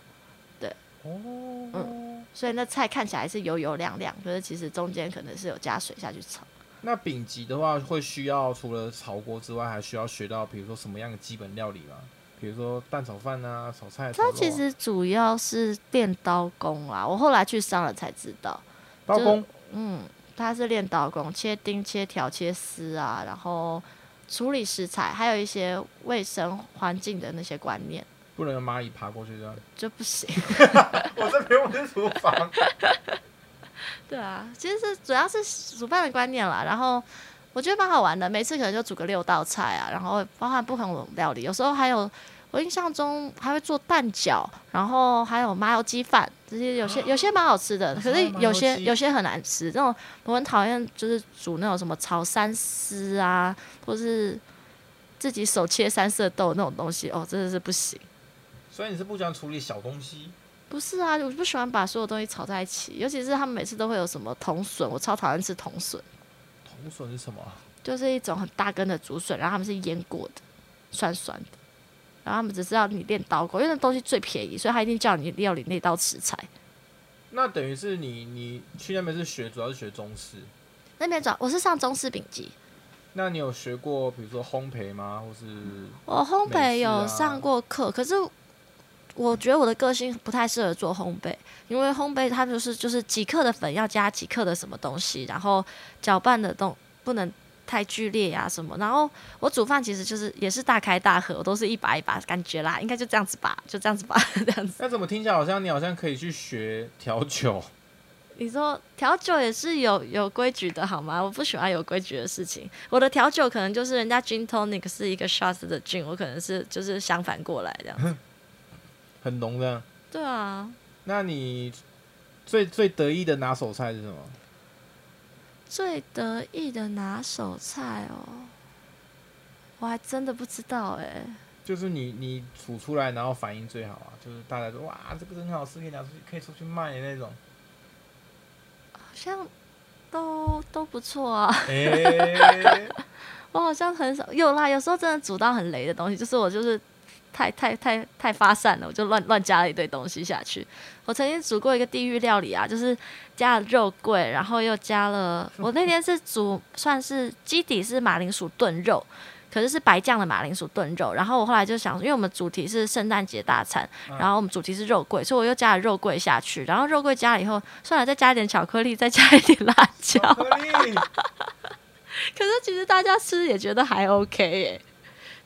Speaker 1: 哦，
Speaker 2: 所以那菜看起来是油油亮亮，可是其实中间可能是有加水下去炒。
Speaker 1: 那丙级的话会需要除了炒锅之外，还需要学到比如说什么样的基本料理吗？比如说蛋炒饭啊，炒菜、炒肉啊
Speaker 2: 它其实主要是练刀工啦，我后来去上了才知道，
Speaker 1: 刀工
Speaker 2: 就嗯，它是练刀工，切丁、切条、切丝啊，然后处理食材，还有一些卫生环境的那些观念
Speaker 1: 不能有蚂蚁爬过去这样。
Speaker 2: 就不行。
Speaker 1: 我这边我是厨房，
Speaker 2: 对啊，其实是主要是煮饭的观念啦，然后我觉得蛮好玩的，每次可能就煮个六道菜啊，然后包含不同的料理，有时候还有我印象中还会做蛋饺，然后还有麻油鸡饭，这些有些有些蛮好吃的，可是有
Speaker 1: 哦麻油
Speaker 2: 些
Speaker 1: 鸡
Speaker 2: 有些很难吃，那种我很讨厌就是煮那种什么炒三丝啊，或是自己手切三色豆那种东西，哦，真的是不行。
Speaker 1: 所以你是不喜欢处理小东西。
Speaker 2: 不是啊，我不喜欢把所有东西炒在一起，尤其是他们每次都会有什么铜笋，我超讨厌吃铜笋。
Speaker 1: 铜笋是什么啊？
Speaker 2: 就是一种很大根的竹笋，然后他们是腌过的，酸酸的。然后他们只是要你练刀工，因为那东西最便宜，所以他一定叫你要你那道食材。
Speaker 1: 那等于是你你去那边是学，主要是学中式。
Speaker 2: 那边转我是上中式丙级，
Speaker 1: 那你有学过比如说烘焙吗？或是
Speaker 2: 我烘焙
Speaker 1: 美式啊
Speaker 2: 有上过课，可是我觉得我的个性不太适合做烘焙，因为烘焙它就是就是几克的粉要加几克的什么东西，然后搅拌的动不能太剧烈呀、什么。然后我煮饭其实就是也是大开大合，我都是一把一把，感觉啦，应该就这样子吧，就这样子吧，这样子。
Speaker 1: 那怎么听起来好像你好像可以去学调酒？
Speaker 2: 你说调酒也是有有规矩的好吗？我不喜欢有规矩的事情。我的调酒可能就是人家 gin tonic 是一个 shots 的 gin，我可能是就是相反过来这样子。
Speaker 1: 很浓的。
Speaker 2: 对啊，
Speaker 1: 那你最最得意的拿手菜是什么？
Speaker 2: 最得意的拿手菜哦，我还真的不知道哎、
Speaker 1: 就是你你煮出来，然后反应最好啊，就是大家说哇，这个真好吃，可以拿出去，可以出去卖的那种。
Speaker 2: 好像都都不错啊。
Speaker 1: 哎、
Speaker 2: 我好像很少有啦，有时候真的煮到很雷的东西，就是我就是太太太太发散了，我就乱乱加了一堆东西下去。我曾经煮过一个地狱料理啊，就是加了肉桂，然后又加了我那天是煮算是基底是马铃薯炖肉。可是是白酱的马铃薯炖肉，然后我后来就想，因为我们主题是圣诞节大餐，
Speaker 1: 嗯
Speaker 2: 然后我们主题是肉桂，所以我又加了肉桂下去，然后肉桂加了以后，算了，再加一点巧克力，再加一点辣椒
Speaker 1: 巧，克力，
Speaker 2: 可是其实大家吃也觉得还 OK 耶，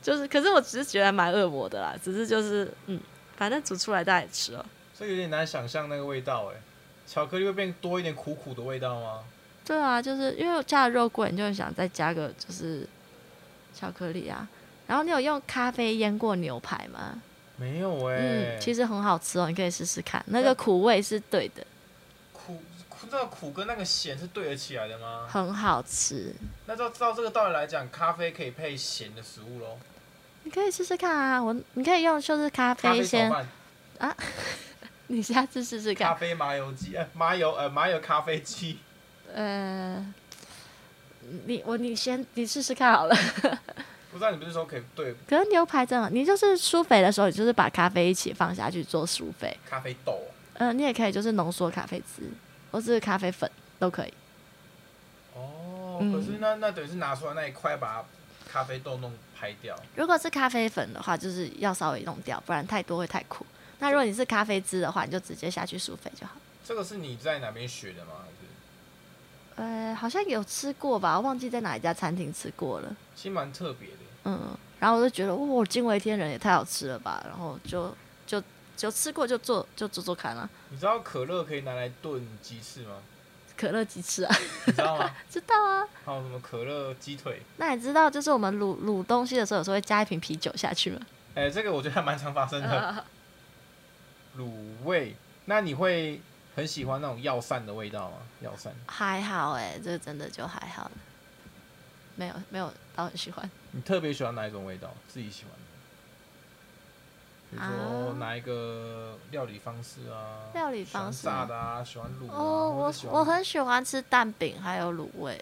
Speaker 2: 就是，可是我只是觉得还蛮恶魔的啦，只是就是，嗯，反正煮出来大家也吃了。
Speaker 1: 所以有点难想象那个味道哎、巧克力会变多一点苦苦的味道吗？
Speaker 2: 对啊，就是因为我加了肉桂，你就很想再加个就是巧克力啊。然后你有用咖啡腌过牛排吗？
Speaker 1: 没有哎、
Speaker 2: 嗯，其
Speaker 1: 实
Speaker 2: 实很好吃哦，你可以试试看，那个苦味是对的，
Speaker 1: 苦苦那个苦跟那个咸是对得起来的吗？
Speaker 2: 很好吃，
Speaker 1: 那照照这个道理来讲，咖啡可以配咸的食物喽，
Speaker 2: 你可以试试看啊。我你可以用就是咖
Speaker 1: 咖
Speaker 2: 啡
Speaker 1: 啡炒
Speaker 2: 先，
Speaker 1: 饭、
Speaker 2: 你下次试试看
Speaker 1: 咖。啡麻油鸡、呃、麻油呃麻油咖啡鸡。
Speaker 2: 呃，你我你先你试试看好了。
Speaker 1: 不知道你不是说可以对
Speaker 2: 可是牛排真的，你就是疏肥的时候，你就是把咖啡一起放下去做疏肥。
Speaker 1: 咖啡豆哦
Speaker 2: 嗯、你也可以就是浓缩咖啡汁或是咖啡粉都可以。
Speaker 1: 哦，
Speaker 2: 嗯
Speaker 1: 可是那那等于是拿出来那一块把咖啡豆弄拍掉，
Speaker 2: 如果是咖啡粉的话，就是要稍微弄掉，不然太多会太苦。那如果你是咖啡汁的话，你就直接下去疏肥就好。
Speaker 1: 这个是你在哪边学的吗？还是
Speaker 2: 呃，好像有吃过吧，忘记在哪一家餐厅吃过了。
Speaker 1: 其实蛮特别的。
Speaker 2: 嗯，然后我就觉得，哇、惊为天人，也太好吃了吧！然后就就就吃过就做就做做看啊，
Speaker 1: 你知道可乐可以拿来炖鸡翅吗？
Speaker 2: 可乐鸡翅啊，
Speaker 1: 你知道吗？
Speaker 2: 知道啊。
Speaker 1: 还有什么可乐鸡腿？
Speaker 2: 那你知道，就是我们卤卤东西的时候，有时候会加一瓶啤酒下去吗？
Speaker 1: 哎、这个我觉得还蛮常发生
Speaker 2: 嗯
Speaker 1: 的。卤味，那你会很喜欢那种药膳的味道吗？药膳
Speaker 2: 还好哎、这个真的就还好，没有没有到很喜欢。
Speaker 1: 你特别喜欢哪一种味道？自己喜欢的？比如说
Speaker 2: 啊
Speaker 1: 哪一个料理方式啊？
Speaker 2: 料理方式
Speaker 1: 喜欢炸的啊，喜欢卤啊。
Speaker 2: 哦，
Speaker 1: 或者
Speaker 2: 我
Speaker 1: 喜欢
Speaker 2: 我很喜欢吃蛋饼，还有卤味。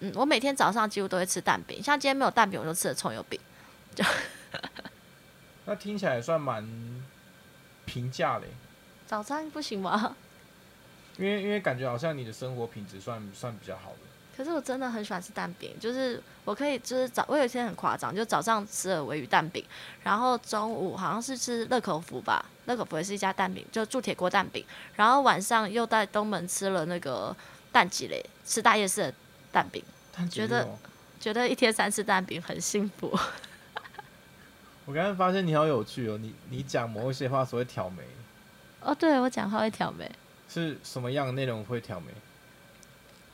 Speaker 2: 嗯，我每天早上几乎都会吃蛋饼，像今天没有蛋饼，我就吃了葱油饼。
Speaker 1: 那听起来也算蛮平价的耶，
Speaker 2: 早餐不行吗？
Speaker 1: 因为因为感觉好像你的生活品质算算比较好的。
Speaker 2: 可是我真的很喜欢吃蛋饼，就是我可以就是早，我有一天很夸张，就早上吃了鲔鱼蛋饼，然后中午好像是吃乐口福吧，乐口福也是一家蛋饼，就铸铁锅蛋饼，然后晚上又在东门吃了那个蛋鸡嘞，吃大夜市的蛋饼，
Speaker 1: 但
Speaker 2: 觉得
Speaker 1: 其实哦
Speaker 2: 觉得一天三次蛋饼很幸福。
Speaker 1: 我刚才发现你好有趣哦，你你讲某一些话所谓挑眉，
Speaker 2: 哦，对我讲话会挑眉，
Speaker 1: 是什么样的内容会挑眉？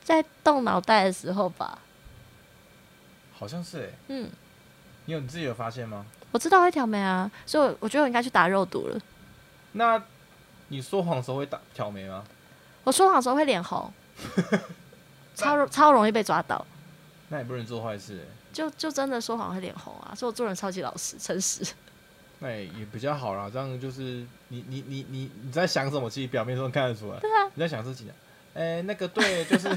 Speaker 2: 在动脑袋的时候吧，
Speaker 1: 好像是哎，
Speaker 2: 嗯，
Speaker 1: 你有你自己有发现吗？
Speaker 2: 我知道会挑眉啊，所以我我觉得我应该去打肉毒了。
Speaker 1: 那你说谎的时候会打挑眉吗？
Speaker 2: 我说谎的时候会 脸红，超容超容易被抓到。
Speaker 1: 那也不能做坏事欸耶，
Speaker 2: 就就真的说谎会脸红啊，所以我做人超级老实诚实。
Speaker 1: 那也也比较好啦。这样就是你你你你你在想什么，其实表面上看得出来。对啊。你在想事情、啊。哎、那个对， 就是。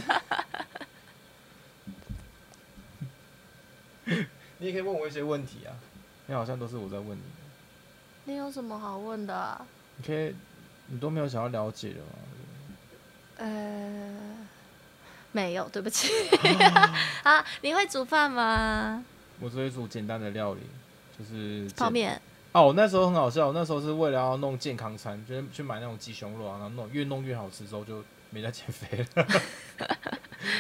Speaker 1: 你也可以问我一些问题啊。因为好像都是我在问你，
Speaker 2: 你有什么好问的、啊？
Speaker 1: 你可以，你都没有想要了解的吗？
Speaker 2: 呃，没有，对不起。
Speaker 1: 哦
Speaker 2: 啊，你会煮饭吗？
Speaker 1: 我只会煮简单的料理，就是
Speaker 2: 泡
Speaker 1: 简
Speaker 2: 面。
Speaker 1: 哦，我那时候很好笑，我那时候是为了要弄健康餐，就是去买那种鸡胸肉啊，然后弄越弄越好吃，之后就没在减肥 了。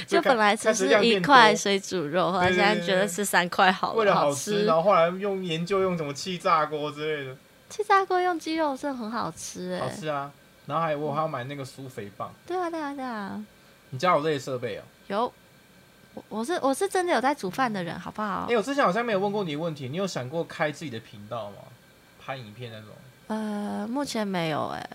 Speaker 2: 就本来只
Speaker 1: 开始
Speaker 2: 是
Speaker 1: 量
Speaker 2: 一
Speaker 1: 变多
Speaker 2: 块水煮肉，后来
Speaker 1: 对
Speaker 2: 现
Speaker 1: 对
Speaker 2: 在
Speaker 1: 对
Speaker 2: 觉得
Speaker 1: 对
Speaker 2: 吃三块好
Speaker 1: 为了
Speaker 2: 好
Speaker 1: 好吃，然后后来用研究用什么气炸锅之类的，
Speaker 2: 气炸锅用鸡肉是很好吃哎、
Speaker 1: 好吃啊。然后还有我还要买那个苏肥棒，
Speaker 2: 对啊对啊对啊，
Speaker 1: 你家有这些设备哦、
Speaker 2: 有。我我是我是真的有在煮饭的人，好不好
Speaker 1: 哎、？我之前好像没有问过你问题，你有想过开自己的频道吗？拍影片那种，
Speaker 2: 呃，目前没有哎、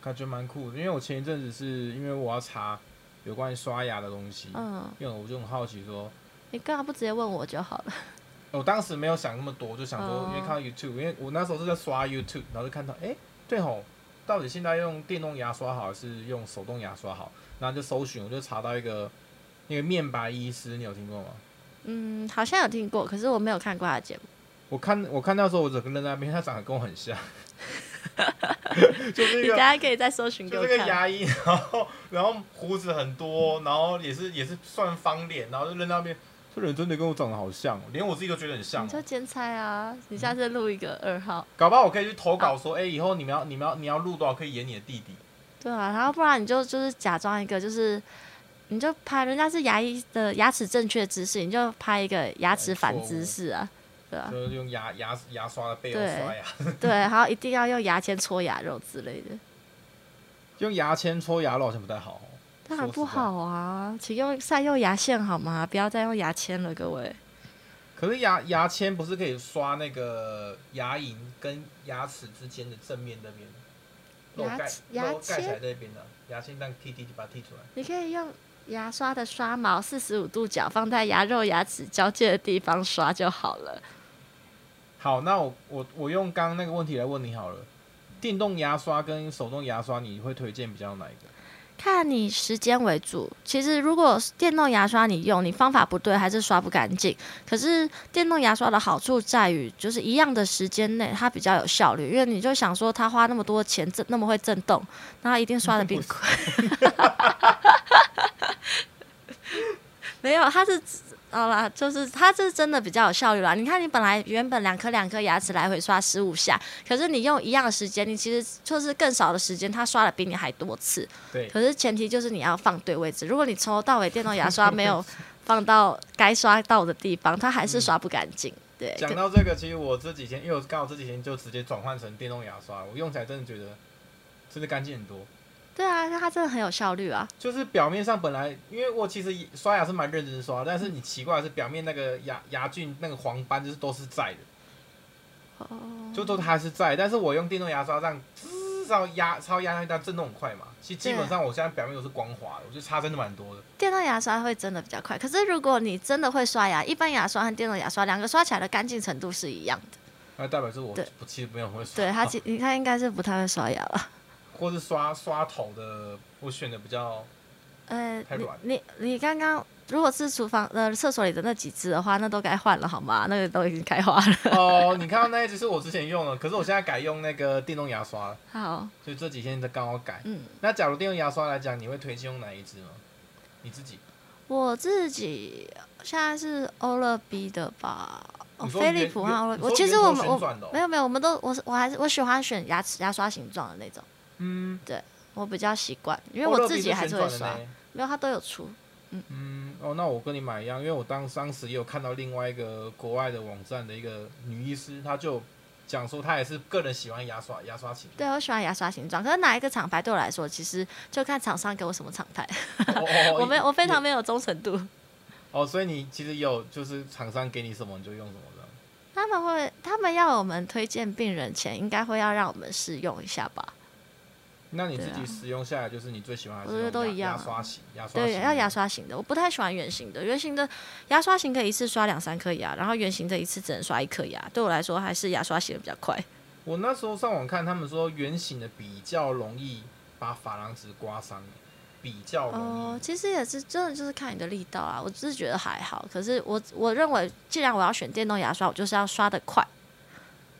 Speaker 1: 感觉蛮酷的。因为我前一阵子是因为我要查有关于刷牙的东西，
Speaker 2: 嗯，
Speaker 1: 因为我就很好奇说，
Speaker 2: 你干嘛不直接问我就好了？
Speaker 1: 我当时没有想那么多，就想说
Speaker 2: 哦，
Speaker 1: 因为看到 YouTube，因为我那时候是在刷 YouTube，然后就看到，哎、对吼，到底现在用电动牙刷好还是用手动牙刷好？然后就搜寻，我就查到一个那个面白医师，你有听过吗？
Speaker 2: 嗯，好像有听过，可是我没有看过他的节目。
Speaker 1: 我看我看到的时候，我整个人在那边，他长得跟我很 像，就是
Speaker 2: 你
Speaker 1: 一
Speaker 2: 大
Speaker 1: 个
Speaker 2: 家可以再搜寻给
Speaker 1: 就
Speaker 2: 我
Speaker 1: 是个
Speaker 2: 看。
Speaker 1: 牙医，然后然后胡子很多，然后也是也是算方脸，然后就扔到那边，这人真的跟我长得好像哦，连我自己都觉得很像
Speaker 2: 你
Speaker 1: 哦。
Speaker 2: 就兼差啊！你下
Speaker 1: 嗯
Speaker 2: 次录一个二号，
Speaker 1: 搞不好我可以去投稿
Speaker 2: 啊
Speaker 1: 说，哎、以后你们要你们要你要录多少可以演你的弟弟。
Speaker 2: 对啊，然后不然你就就是假装一个就是，你就拍人家是牙医的牙齿正确姿势，你就拍一个牙齿
Speaker 1: 哦
Speaker 2: 反姿势啊，对啊，
Speaker 1: 就是用牙牙牙刷的背后
Speaker 2: 对
Speaker 1: 刷牙，
Speaker 2: 对，然后一定要用牙签搓牙肉之类的，
Speaker 1: 用牙签搓牙肉好像不太好哦。
Speaker 2: 当然不好啊，请用善用牙线好吗？不要再用牙签了，各位。
Speaker 1: 可是牙牙签不是可以刷那个牙龈跟牙齿之间的正面那边，肉
Speaker 2: 牙
Speaker 1: 盖
Speaker 2: 齿牙
Speaker 1: 肉盖起
Speaker 2: 签
Speaker 1: 来那边的、啊牙签当剔剔把它剔出来。
Speaker 2: 你可以用牙刷的刷毛四十五度角放在牙肉牙齿交界的地方刷就好了。
Speaker 1: 好，那我我我用刚刚那个问题来问你好了，电动牙刷跟手动牙刷，你会推荐比较哪一个？
Speaker 2: 看你时间为主。其实如果电动牙刷你用，你方法不对还是刷不干净。可是电动牙刷的好处在于，就是一样的时间内它比较有效率，因为你就想说它花那么多钱震那么会震动，那它一定刷的比你快。 没有，它是。好啦，就是它是真的比较有效率啦。你看，你本来原本两颗两颗牙齿来回刷十五下，可是你用一样的时间，你其实就是更少的时间，它刷的比你还多次。
Speaker 1: 对，
Speaker 2: 可是前提就是你要放对位置。如果你从头到尾电动牙刷没有放到该刷到的地方，它还是刷不干净。对，
Speaker 1: 讲
Speaker 2: 可
Speaker 1: 到这个，其实我这几天，因为我刚好这几天就直接转换成电动牙刷，我用起来真的觉得真的干净很多。
Speaker 2: 对啊，它真的很有效率啊。
Speaker 1: 就是表面上本来，因为我其实刷牙是蛮认真刷，但是你奇怪的是表面那个牙牙菌那个黄斑就是都是在的，
Speaker 2: 哦，
Speaker 1: 就都还是在。但是我用电动牙刷这样，至少压超压下去，但震动很快嘛。其实基本上我现在表面都是光滑的，我觉得差真的蛮多的。
Speaker 2: 电动牙刷会真的比较快。可是如果你真的会刷牙，一般牙刷和电动牙刷两个刷起来的干净程度是一样的。
Speaker 1: 那代表是我
Speaker 2: 对
Speaker 1: 我其实没有很会刷，
Speaker 2: 对，它其你看应该是不太会刷牙了。
Speaker 1: 或是刷刷头的，我选的比较
Speaker 2: 呃
Speaker 1: 太，软
Speaker 2: 你你你刚刚如果是厨房呃厕所里的那几只的话，那都该换了好吗？那个都已经开花了。
Speaker 1: 哦，你看到那一只是我之前用的，可是我现在改用那个电动牙刷了，
Speaker 2: 好，
Speaker 1: 所以这几天在刚好改。
Speaker 2: 嗯。
Speaker 1: 那假如电动牙刷来讲，你会推荐用哪一支吗？你自己？
Speaker 2: 我自己现在是欧乐 B 的吧，哦，
Speaker 1: 你说
Speaker 2: 飞利
Speaker 1: 圆
Speaker 2: 浦
Speaker 1: 圆
Speaker 2: 和欧乐
Speaker 1: 你
Speaker 2: B。我
Speaker 1: 说
Speaker 2: 其实
Speaker 1: 圆
Speaker 2: 我
Speaker 1: 头
Speaker 2: 们
Speaker 1: 旋
Speaker 2: 我
Speaker 1: 转的哦
Speaker 2: 没有没有，我们都我是我还是我喜欢选牙齿牙刷形状的那种，
Speaker 1: 嗯，
Speaker 2: 我比较习惯，因
Speaker 1: 因
Speaker 2: 为我自己还是会刷。
Speaker 1: 呢。
Speaker 2: 没有，它都有出。
Speaker 1: 嗯，哦，那我跟你买一样，因为我当当时也有看到另外一个国外的网站的一个女医师，她就讲说她也是个人喜欢牙刷牙刷型。
Speaker 2: 对，我喜欢牙刷形状，可是哪一个厂牌对我来说，其实就看厂商给我什么厂牌，
Speaker 1: 哦 哦哦
Speaker 2: 我没我非常
Speaker 1: 也
Speaker 2: 没有忠诚度。
Speaker 1: 哦，所以你其实有就是厂商给你什么你就用什么的。
Speaker 2: 他们会，他们要我们推荐病人前，应该会要让我们试用一下吧？
Speaker 1: 那你
Speaker 2: 对
Speaker 1: 自
Speaker 2: 啊
Speaker 1: 己使用下来，就是你最喜欢还是
Speaker 2: 我觉得
Speaker 1: 用
Speaker 2: 都
Speaker 1: 牙
Speaker 2: 一样
Speaker 1: 牙
Speaker 2: 啊
Speaker 1: 刷型，牙刷
Speaker 2: 对，
Speaker 1: 型
Speaker 2: 要
Speaker 1: 的
Speaker 2: 牙刷型的，我不太喜欢圆形的。圆形的牙刷型可以一次刷两三颗牙，然后圆形的一次只能刷一颗牙。对我来说，还是牙刷型的比较快。
Speaker 1: 我那时候上网看，他们说圆形的比较容易把珐琅质刮伤，比较容易？
Speaker 2: 哦，其实也是真的就是看你的力道啊，我只是觉得还好。可是我我认为，既然我要选电动牙刷，我就是要刷的快。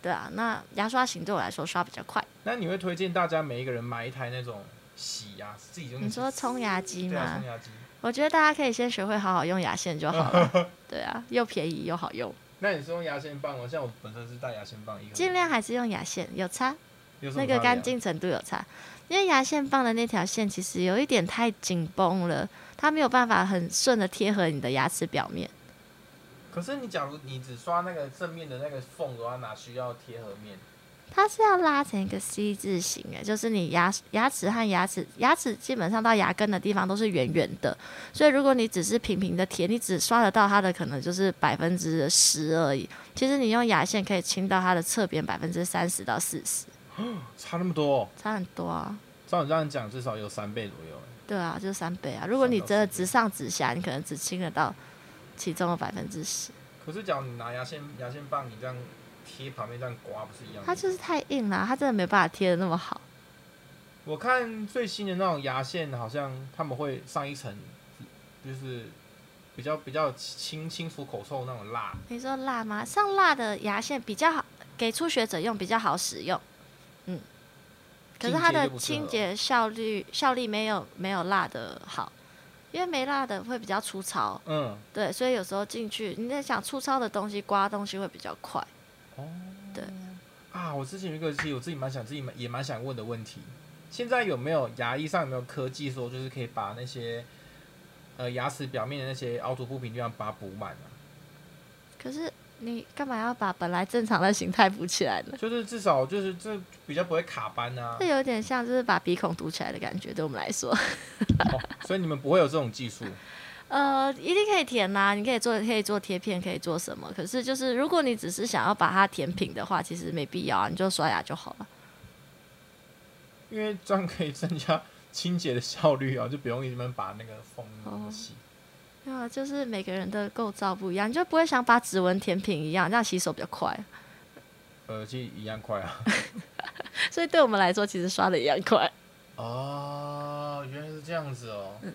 Speaker 2: 对啊，那牙刷型对我来说刷比较快。
Speaker 1: 那你会推荐大家每一个人买一台那种洗牙自己用的
Speaker 2: 你说冲牙机
Speaker 1: 嗯对啊
Speaker 2: 吗
Speaker 1: 冲？牙机？
Speaker 2: 我觉得大家可以先学会好好用牙线就好 了。对啊，又便宜又好用，
Speaker 1: 那你是用牙线棒吗？像我本身是带牙线棒一个，
Speaker 2: 尽量还是用牙线，有差
Speaker 1: 有什么
Speaker 2: 那个
Speaker 1: 差别啊
Speaker 2: 干净程度有差，因为牙线棒的那条线其实有一点太紧绷了，它没有办法很顺的贴合你的牙齿表面。
Speaker 1: 可是你假如你只刷那个正面的那个缝的话，哪需要贴合面？
Speaker 2: 它是要拉成一个 C 字形诶，就是你牙牙齿和牙齿牙齿基本上到牙根的地方都是圆圆的，所以如果你只是平平的贴，你只刷得到它的可能就是百分之十而已。其实你用牙线可以清到它的侧边百分之三十到四十，
Speaker 1: 差那么多、哦？
Speaker 2: 差很多啊。
Speaker 1: 照你这样讲，至少有三倍左右。欸
Speaker 2: 对啊，就是三倍啊。如果你真的直上直下，你可能只清得到其中的百分之十。
Speaker 1: 可是假如你拿牙线牙线棒，你这样贴旁边这样刮，不是一样
Speaker 2: 它
Speaker 1: 吗？
Speaker 2: 就是太硬了，它真的没办法贴的那么好。
Speaker 1: 我看最新的那种牙线，好像他们会上一层，就是比较比较清清楚口臭那种蜡。
Speaker 2: 你说辣吗？上辣的牙线比较好，给初学者用比较好使用。嗯，可是它的
Speaker 1: 清
Speaker 2: 清
Speaker 1: 洁
Speaker 2: 洁效率效力没有没有辣的好，因为没辣的会比较粗糙，
Speaker 1: 嗯，
Speaker 2: 对，所以有时候进去你在想粗糙的东西刮东西会比较快。
Speaker 1: 啊，我之前有一个其实我自己蛮想自己蛮也蛮想问的问题，现在有没有牙医上有没有科技说就是可以把那些呃牙齿表面的那些凹凸不平地方把它补满啊？
Speaker 2: 可是你干嘛要把本来正常的形态补起来呢？
Speaker 1: 就是至少就是这比较不会卡斑啊
Speaker 2: 这，有点像就是把鼻孔堵起来的感觉，对我们来说。
Speaker 1: 哦所以你们不会有这种技术。
Speaker 2: 呃，一定可以填呐、你可以做可以做贴片，可以做什么？可是就是如果你只是想要把它填平的话，其实没必要啊，你就刷牙就好了。
Speaker 1: 因为这样可以增加清洁的效率啊，就不用你们把那个缝那么
Speaker 2: 哦
Speaker 1: 细。
Speaker 2: 对啊，就是每个人的构造不一样，你就不会想把指纹填平一样，这样洗手比较快。
Speaker 1: 呃，其实一样快啊。
Speaker 2: 所以对我们来说，其实刷的一样快。
Speaker 1: 哦，原来是这样子哦。
Speaker 2: 嗯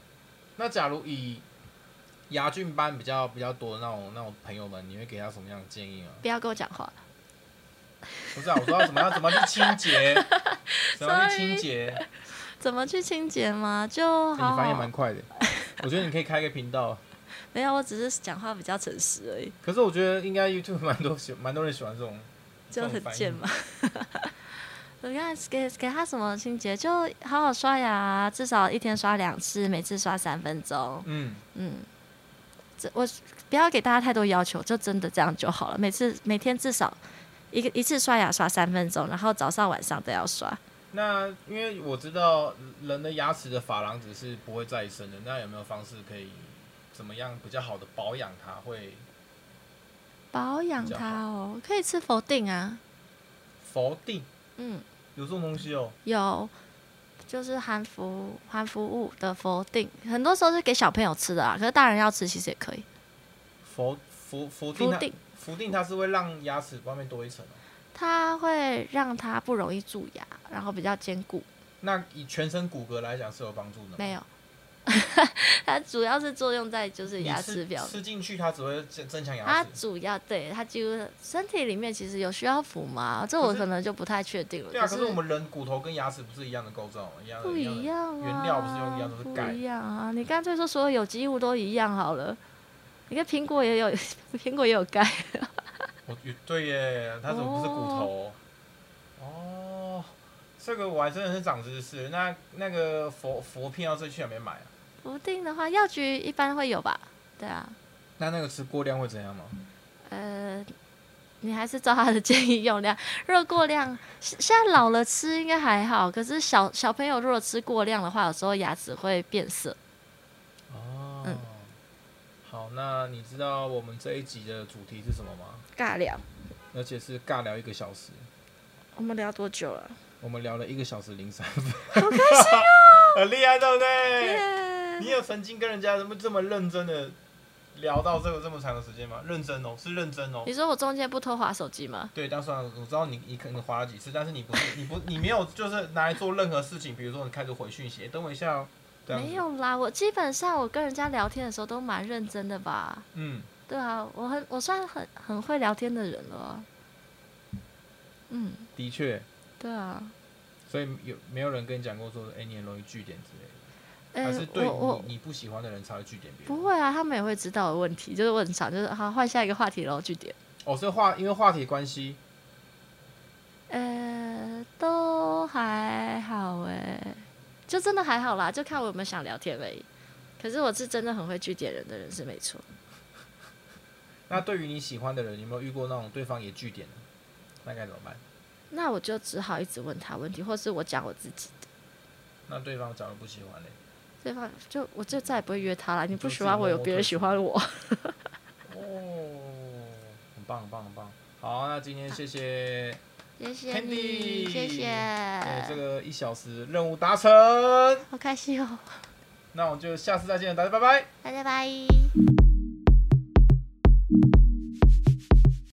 Speaker 1: 那假如以牙菌斑比较比较多的那种那种朋友们，你会给他什么样的建议啊？
Speaker 2: 不要跟我讲话，
Speaker 1: 不是啊，我说要怎么样怎么去清 洁，怎么去清洁？
Speaker 2: 怎么去清洁吗？就
Speaker 1: 欸你
Speaker 2: 好
Speaker 1: 反应也
Speaker 2: 好
Speaker 1: 蛮快的，我觉得你可以开个频道。
Speaker 2: 没有，我只是讲话比较诚实而已，
Speaker 1: 可是我觉得应该 YouTube 蛮多喜蛮多人喜欢这种
Speaker 2: 就很
Speaker 1: 反
Speaker 2: 贱
Speaker 1: 应
Speaker 2: 嘛。 我看给给他什么清洁，就好好刷牙啊，至少一天刷两次，每次刷三分钟。
Speaker 1: 嗯。
Speaker 2: 嗯，这我不要给大家太多要求，就真的这样就好了。每次每天至少一个一次刷牙刷三分钟，然后早上晚上都要刷。
Speaker 1: 那因为我知道人的牙齿的珐琅质是不会再生的，那有没有方式可以怎么样比较好的保养它？会
Speaker 2: 保养它哦，可以吃否定啊，
Speaker 1: 否定
Speaker 2: 嗯，
Speaker 1: 有这种东西哦？
Speaker 2: 有就是含服含服物的否定，很多时候是给小朋友吃的啊啦，可是大人要吃其实也可以。
Speaker 1: 否否否定
Speaker 2: 否
Speaker 1: 它
Speaker 2: 定
Speaker 1: 否定它是会让牙齿外面多一层哦、
Speaker 2: 它会让它不容易蛀牙，然后比较坚固。
Speaker 1: 那以全身骨骼来讲是有帮助的吗？
Speaker 2: 没有， 它主要是作用在就是
Speaker 1: 你
Speaker 2: 牙
Speaker 1: 吃
Speaker 2: 齿表面。
Speaker 1: 吃进去它只会增增强牙
Speaker 2: 它
Speaker 1: 齿。
Speaker 2: 主要对它几乎身体里面其实有需要辅吗？这我
Speaker 1: 可是
Speaker 2: 可能就不太确定了。
Speaker 1: 对啊，可
Speaker 2: 是
Speaker 1: 是我们人骨头跟牙齿不是一样的构造吗？一样的
Speaker 2: 不
Speaker 1: 样的
Speaker 2: 一样啊，
Speaker 1: 原料不是用一样都是钙
Speaker 2: 不一样啊！你干脆说所有有机物都一样好了。你看苹果也有 苹果也有钙，
Speaker 1: 我对耶，它怎么不是骨头？哦，这个我还真的是长知识。那那个佛佛片要是去哪边买啊？
Speaker 2: 不定的话药局一般会有吧？对啊，
Speaker 1: 那那个吃过量会怎样吗？
Speaker 2: 呃，你还是照他的建议用量。如果过量，现现在老了吃应该还好，可是小小朋友如果吃过量的话，有时候牙齿会变色。
Speaker 1: 哦，
Speaker 2: 嗯
Speaker 1: 好，那你知道我们这一集的主题是什么吗？
Speaker 2: 尬聊，
Speaker 1: 而且是尬聊一个小时，
Speaker 2: 我们聊多久了？
Speaker 1: 我们聊了一个小时零三分，好开心哦， 很厉害，对不对？你有曾经跟人家这么这么认真的聊到这个这么长的时间吗？认真哦，是认真哦。
Speaker 2: 你说我中间不偷划手机吗？
Speaker 1: 对，但是我知道你你可能划了 几次，但是你不是你不你没有就是拿来做任何事情，比如说你开始回讯息，欸等我一下、哦，这样子
Speaker 2: 没，有啦，我基本上我跟人家聊天的时候都蛮认真的吧。
Speaker 1: 嗯，
Speaker 2: 对啊，我很我算很很会聊天的人了啊、嗯，
Speaker 1: 的确，
Speaker 2: 对啊。
Speaker 1: 所以有没有人跟你讲过说，哎、你很容易据点之类
Speaker 2: 哎、
Speaker 1: 的，还是对
Speaker 2: 我我
Speaker 1: 你你不喜欢的人才会据点别人？
Speaker 2: 不会啊，他们也会知道的问题，就是我很常就是好换下一个话题喽，据点。
Speaker 1: 哦，所以话因为话题关系，
Speaker 2: 呃，都还好哎、就真的还好啦，就看我有没有想聊天而已。可是我是真的很会据点人的人是没错，
Speaker 1: 那对于你喜欢的人，有没有遇过那种对方也据点的？那该怎么办？
Speaker 2: 那我就只好一直问他问题，或是我讲我自己的，
Speaker 1: 那对方假如不喜欢嘞？
Speaker 2: 对方就我就再也不会约他了。你不
Speaker 1: 就
Speaker 2: 喜
Speaker 1: 自己
Speaker 2: 欢我，
Speaker 1: 默
Speaker 2: 有
Speaker 1: 默
Speaker 2: 别人
Speaker 1: 退
Speaker 2: 喜
Speaker 1: 出
Speaker 2: 欢我。
Speaker 1: 哦，很棒，很棒，很棒。好，那今天谢谢，
Speaker 2: 谢谢
Speaker 1: Candy
Speaker 2: 你，谢谢，
Speaker 1: 对哎这个一小时任务达成。
Speaker 2: 好开心哦，
Speaker 1: 那我们就下次再见，大家拜拜。
Speaker 2: 大家拜。